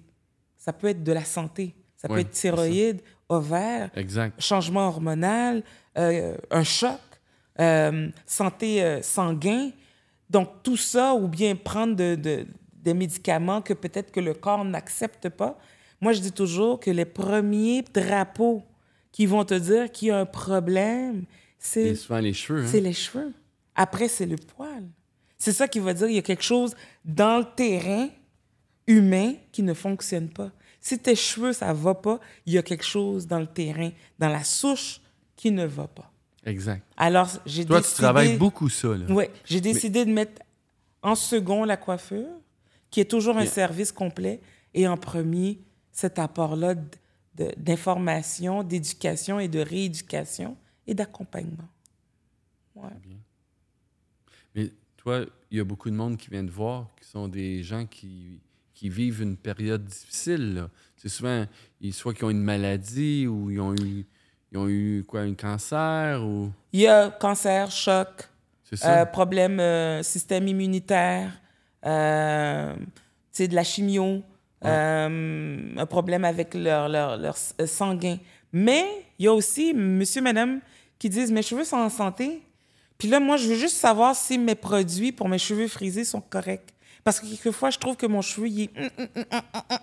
S1: ça peut être de la santé. Ça peut
S2: Ouais,
S1: être
S2: c'est ça.
S1: thyroïde, ovaire
S2: Exact.
S1: changement hormonal, euh, un choc, euh, santé euh, sanguin. Donc, tout ça, ou bien prendre de- de- des médicaments que peut-être que le corps n'accepte pas. Moi, je dis toujours que les premiers drapeaux qui vont te dire qu'il y a un problème,
S2: Et
S1: c'est
S2: souvent les cheveux. hein.
S1: c'est les cheveux. Après, c'est le poil. C'est ça qui va dire qu'il y a quelque chose dans le terrain humain qui ne fonctionne pas. Si tes cheveux, ça va pas, il y a quelque chose dans le terrain, dans la souche, qui ne va pas.
S2: Exact.
S1: Alors, j'ai
S2: Toi,
S1: décidé...
S2: tu travailles beaucoup ça. Là.
S1: Oui, j'ai décidé de mettre en second la coiffure, qui est toujours un
S2: Bien.
S1: service complet, et en premier, cet apport-là d- de- d'information, d'éducation et de rééducation et d'accompagnement. Ouais.
S2: Mais toi, il y a beaucoup de monde qui vient te voir, qui sont des gens qui, qui vivent une période difficile. là. C'est souvent, ils, soit qu'ils ont une maladie ou ils ont eu, ils ont eu quoi, un cancer ou.
S1: Il y a cancer, choc,
S2: C'est ça?
S1: euh, problème euh, système immunitaire, euh, tu sais, de la chimio, euh, un problème avec leur, leur, leur s- euh, sanguin. Mais il y a aussi monsieur, madame qui disent mes cheveux sont en santé. Puis là, moi, je veux juste savoir si mes produits pour mes cheveux frisés sont corrects. Parce que quelquefois, je trouve que mon cheveu, il est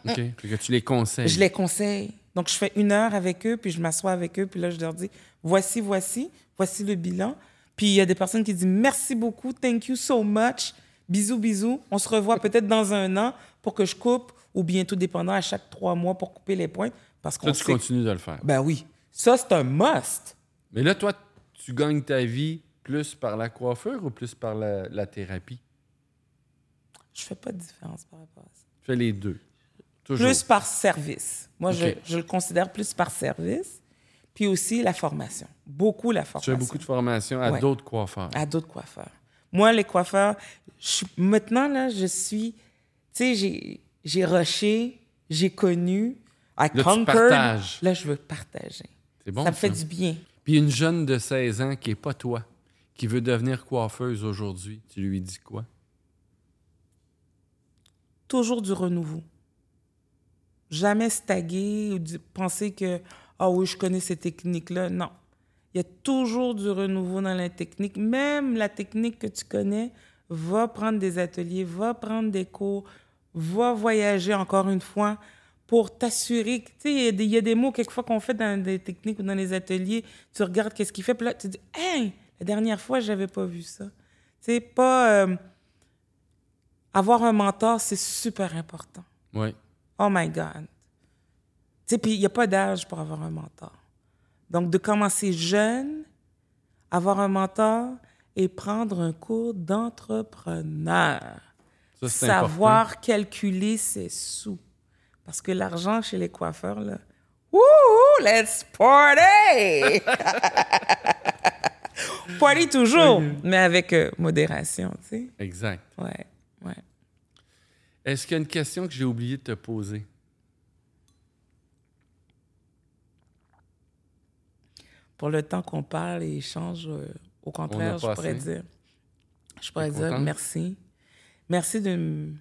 S2: OK. Fait que tu les conseilles.
S1: je les conseille. Donc, je fais une heure avec eux, puis je m'assois avec eux, puis là, je leur dis voici, voici, voici le bilan. Puis il y a des personnes qui disent merci beaucoup, thank you so much, bisous, bisous. On se revoit peut-être dans un an pour que je coupe, ou bien tout dépendant à chaque trois mois pour couper les pointes. Parce
S2: Toi,
S1: qu'on
S2: tu
S1: sait.
S2: continues de le faire.
S1: Ben oui. Ça, c'est un must.
S2: Mais là, toi, tu gagnes ta vie plus par la coiffure ou plus par la, la thérapie?
S1: Je fais pas de différence par rapport à ça.
S2: Tu fais les deux. Toujours.
S1: Plus par service. Moi, je-
S2: Ok.
S1: je, le considère plus par service. Puis aussi la formation. Beaucoup la
S2: tu
S1: formation.
S2: fais beaucoup de formations à
S1: Ouais.
S2: d'autres coiffeurs.
S1: à d'autres coiffeurs. Moi, les coiffeurs, je suis- maintenant, là, je suis. Tu sais, j'ai- j'ai rushé, j'ai connu. I
S2: tu
S1: conquered.
S2: partages.
S1: Là, je veux partager.
S2: C'est bon,
S1: ça me fait
S2: ça.
S1: du bien.
S2: Puis une jeune de 16 ans qui n'est pas toi, qui veut devenir coiffeuse aujourd'hui, tu lui dis quoi?
S1: Toujours du renouveau. Jamais staguer ou di- penser que, ah oui, je connais ces techniques-là. Non. Il y a toujours du renouveau dans la technique. Même la technique que tu connais, va prendre des ateliers, va prendre des cours, va voyager encore une fois pour t'assurer. que- Tu sais, il y a des- il y, a des mots quelquefois qu'on fait dans des techniques ou dans les ateliers. Tu regardes qu'est-ce qu'il fait, puis là, tu dis, hey, la dernière fois, j'avais pas vu ça. Tu sais, pas. euh, avoir un mentor, c'est super important.
S2: Oui.
S1: Oh my God. Tu sais, puis il n'y a pas d'âge pour avoir un mentor. Donc, de commencer jeune, avoir un mentor et prendre un cours d'entrepreneur.
S2: Ça, c'est
S1: Savoir calculer ses sous. Parce que l'argent chez les coiffeurs, là, wouhou, let's party! party toujours, mais avec euh, modération, tu sais.
S2: Exact.
S1: Ouais, ouais.
S2: Est-ce qu'il y a une question que j'ai oublié de te poser?
S1: pour le temps qu'on parle et échange, euh, Au contraire,
S2: a
S1: je
S2: pas
S1: pourrais
S2: assez.
S1: dire. Je pourrais
S2: T'es
S1: dire
S2: contente?
S1: merci. Merci de, m-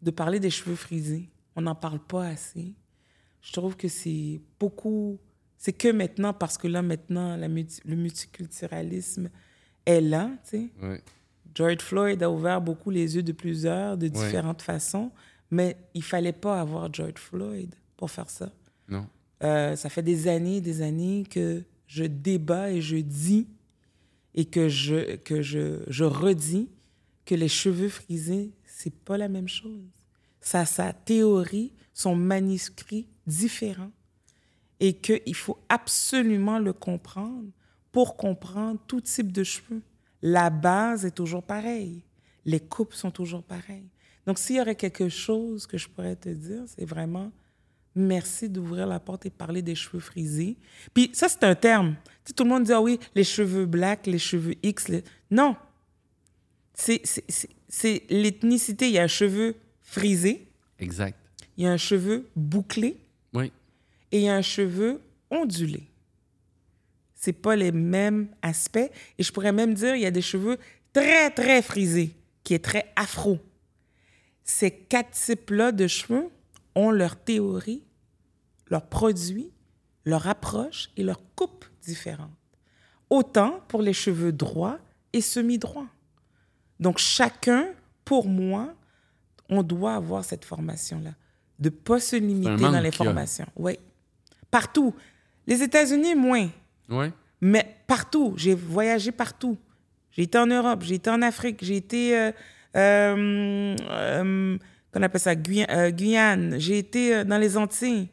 S1: de parler des cheveux frisés. On n'en parle pas assez. Je trouve que c'est beaucoup. C'est que maintenant, parce que là, maintenant, la multi- le multiculturalisme est là, tu sais.
S2: Oui.
S1: George Floyd a ouvert beaucoup les yeux de plusieurs, de différentes façons, mais il fallait pas avoir George Floyd pour faire ça.
S2: Non.
S1: Euh, ça fait des années et des années que je débat et je dis et que je, que je, je redis que les cheveux frisés, c'est pas la même chose. Ça, a sa théorie, son manuscrit différent et qu'il faut absolument le comprendre pour comprendre tout type de cheveux. La base est toujours pareille. Les coupes sont toujours pareilles. Donc, s'il y aurait quelque chose que je pourrais te dire, c'est vraiment merci d'ouvrir la porte et parler des cheveux frisés. Puis ça, c'est un terme. Tu sais, tout le monde dit, ah oui, les cheveux blacks, les cheveux X. les- Non. C'est- c'est- C'est c'est l'ethnicité. Il y a un cheveu frisé,
S2: Exact.
S1: il y a un cheveu bouclé,
S2: Oui.
S1: et il y a un cheveu ondulé. C'est pas les mêmes aspects. Et je pourrais même dire, il y a des cheveux très, très frisés, qui est très afro. Ces quatre types-là de cheveux ont leur théorie, leurs produits, leur approche et leur coupe différentes. Autant pour les cheveux droits et semi-droits. Donc chacun, pour moi, on doit avoir cette formation-là. De ne pas se limiter dans
S2: manque
S1: les
S2: qu'il y a.
S1: formations. Oui. Partout. Les États-Unis, moins.
S2: Oui.
S1: Mais partout, j'ai voyagé partout. J'ai été en Europe, j'ai été en Afrique, j'ai été, euh, euh, euh, qu'on appelle ça, Guy- euh, Guyane, j'ai été euh, dans les Antilles.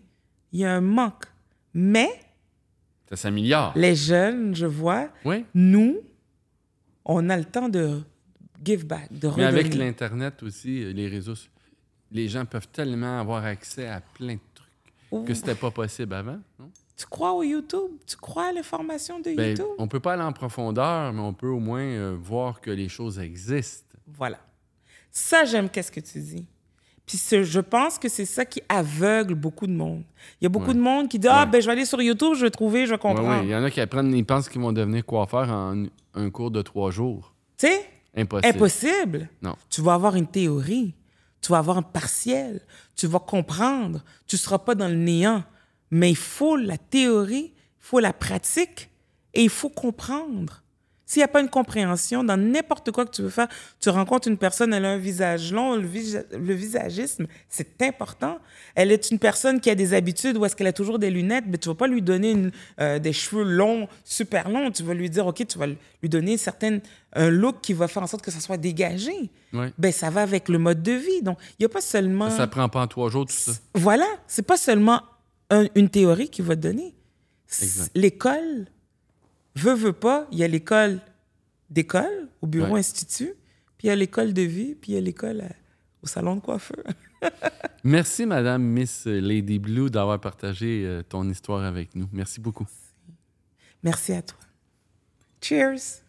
S1: Il y a un manque. Mais
S2: Ça s'améliore.
S1: les jeunes, je vois,
S2: Oui.
S1: nous, on a le temps de give back, de
S2: Mais
S1: redonner.
S2: avec l'Internet aussi, euh, les réseaux, so- les gens peuvent tellement avoir accès à plein de trucs
S1: Ouh.
S2: que c'était pas possible avant. non?
S1: Tu crois au YouTube? Tu crois à l'information de
S2: Ben,
S1: YouTube?
S2: on peut pas aller en profondeur, mais on peut au moins euh, voir que les choses existent.
S1: Voilà. Ça, j'aime qu'est-ce que tu dis. Puis ce- je pense que c'est ça qui aveugle beaucoup de monde. Il y a beaucoup
S2: Ouais.
S1: de monde qui dit Ah,
S2: Ouais.
S1: ben, je vais aller sur YouTube, je vais trouver, je vais
S2: Ouais,
S1: comprendre.
S2: ouais, Il y en a qui apprennent, ils pensent qu'ils vont devenir coiffeurs en un cours de trois jours.
S1: Tu sais,
S2: Impossible.
S1: impossible.
S2: Non.
S1: Tu vas avoir une théorie, tu vas avoir un partiel, tu vas comprendre, tu ne seras pas dans le néant. Mais il faut la théorie, il faut la pratique et il faut comprendre. S'il n'y a pas une compréhension dans n'importe quoi que tu veux faire, tu rencontres une personne, elle a un visage long, le, visa- le visagisme, c'est important. Elle est une personne qui a des habitudes ou est-ce qu'elle a toujours des lunettes, mais tu ne vas pas lui donner une- euh, des cheveux longs, super longs. Tu vas lui dire, OK, tu vas lui donner certaines, un look qui va faire en sorte que ça soit dégagé
S2: Ouais.
S1: ben ça va avec le mode de vie. Donc, il n'y a pas seulement...
S2: Ça prend pas en trois jours, tout ça.
S1: Voilà, c'est pas seulement un- une théorie qui va te donner. C'est-
S2: Exact.
S1: L'école, veut, veut pas, il y a l'école d'école au bureau
S2: Ouais.
S1: institut, puis il y a l'école de vie, puis il y a l'école à- au salon de coiffeur.
S2: Merci, Madame Miss Lady Blue, d'avoir partagé euh, ton histoire avec nous. Merci beaucoup.
S1: Merci à toi. Cheers!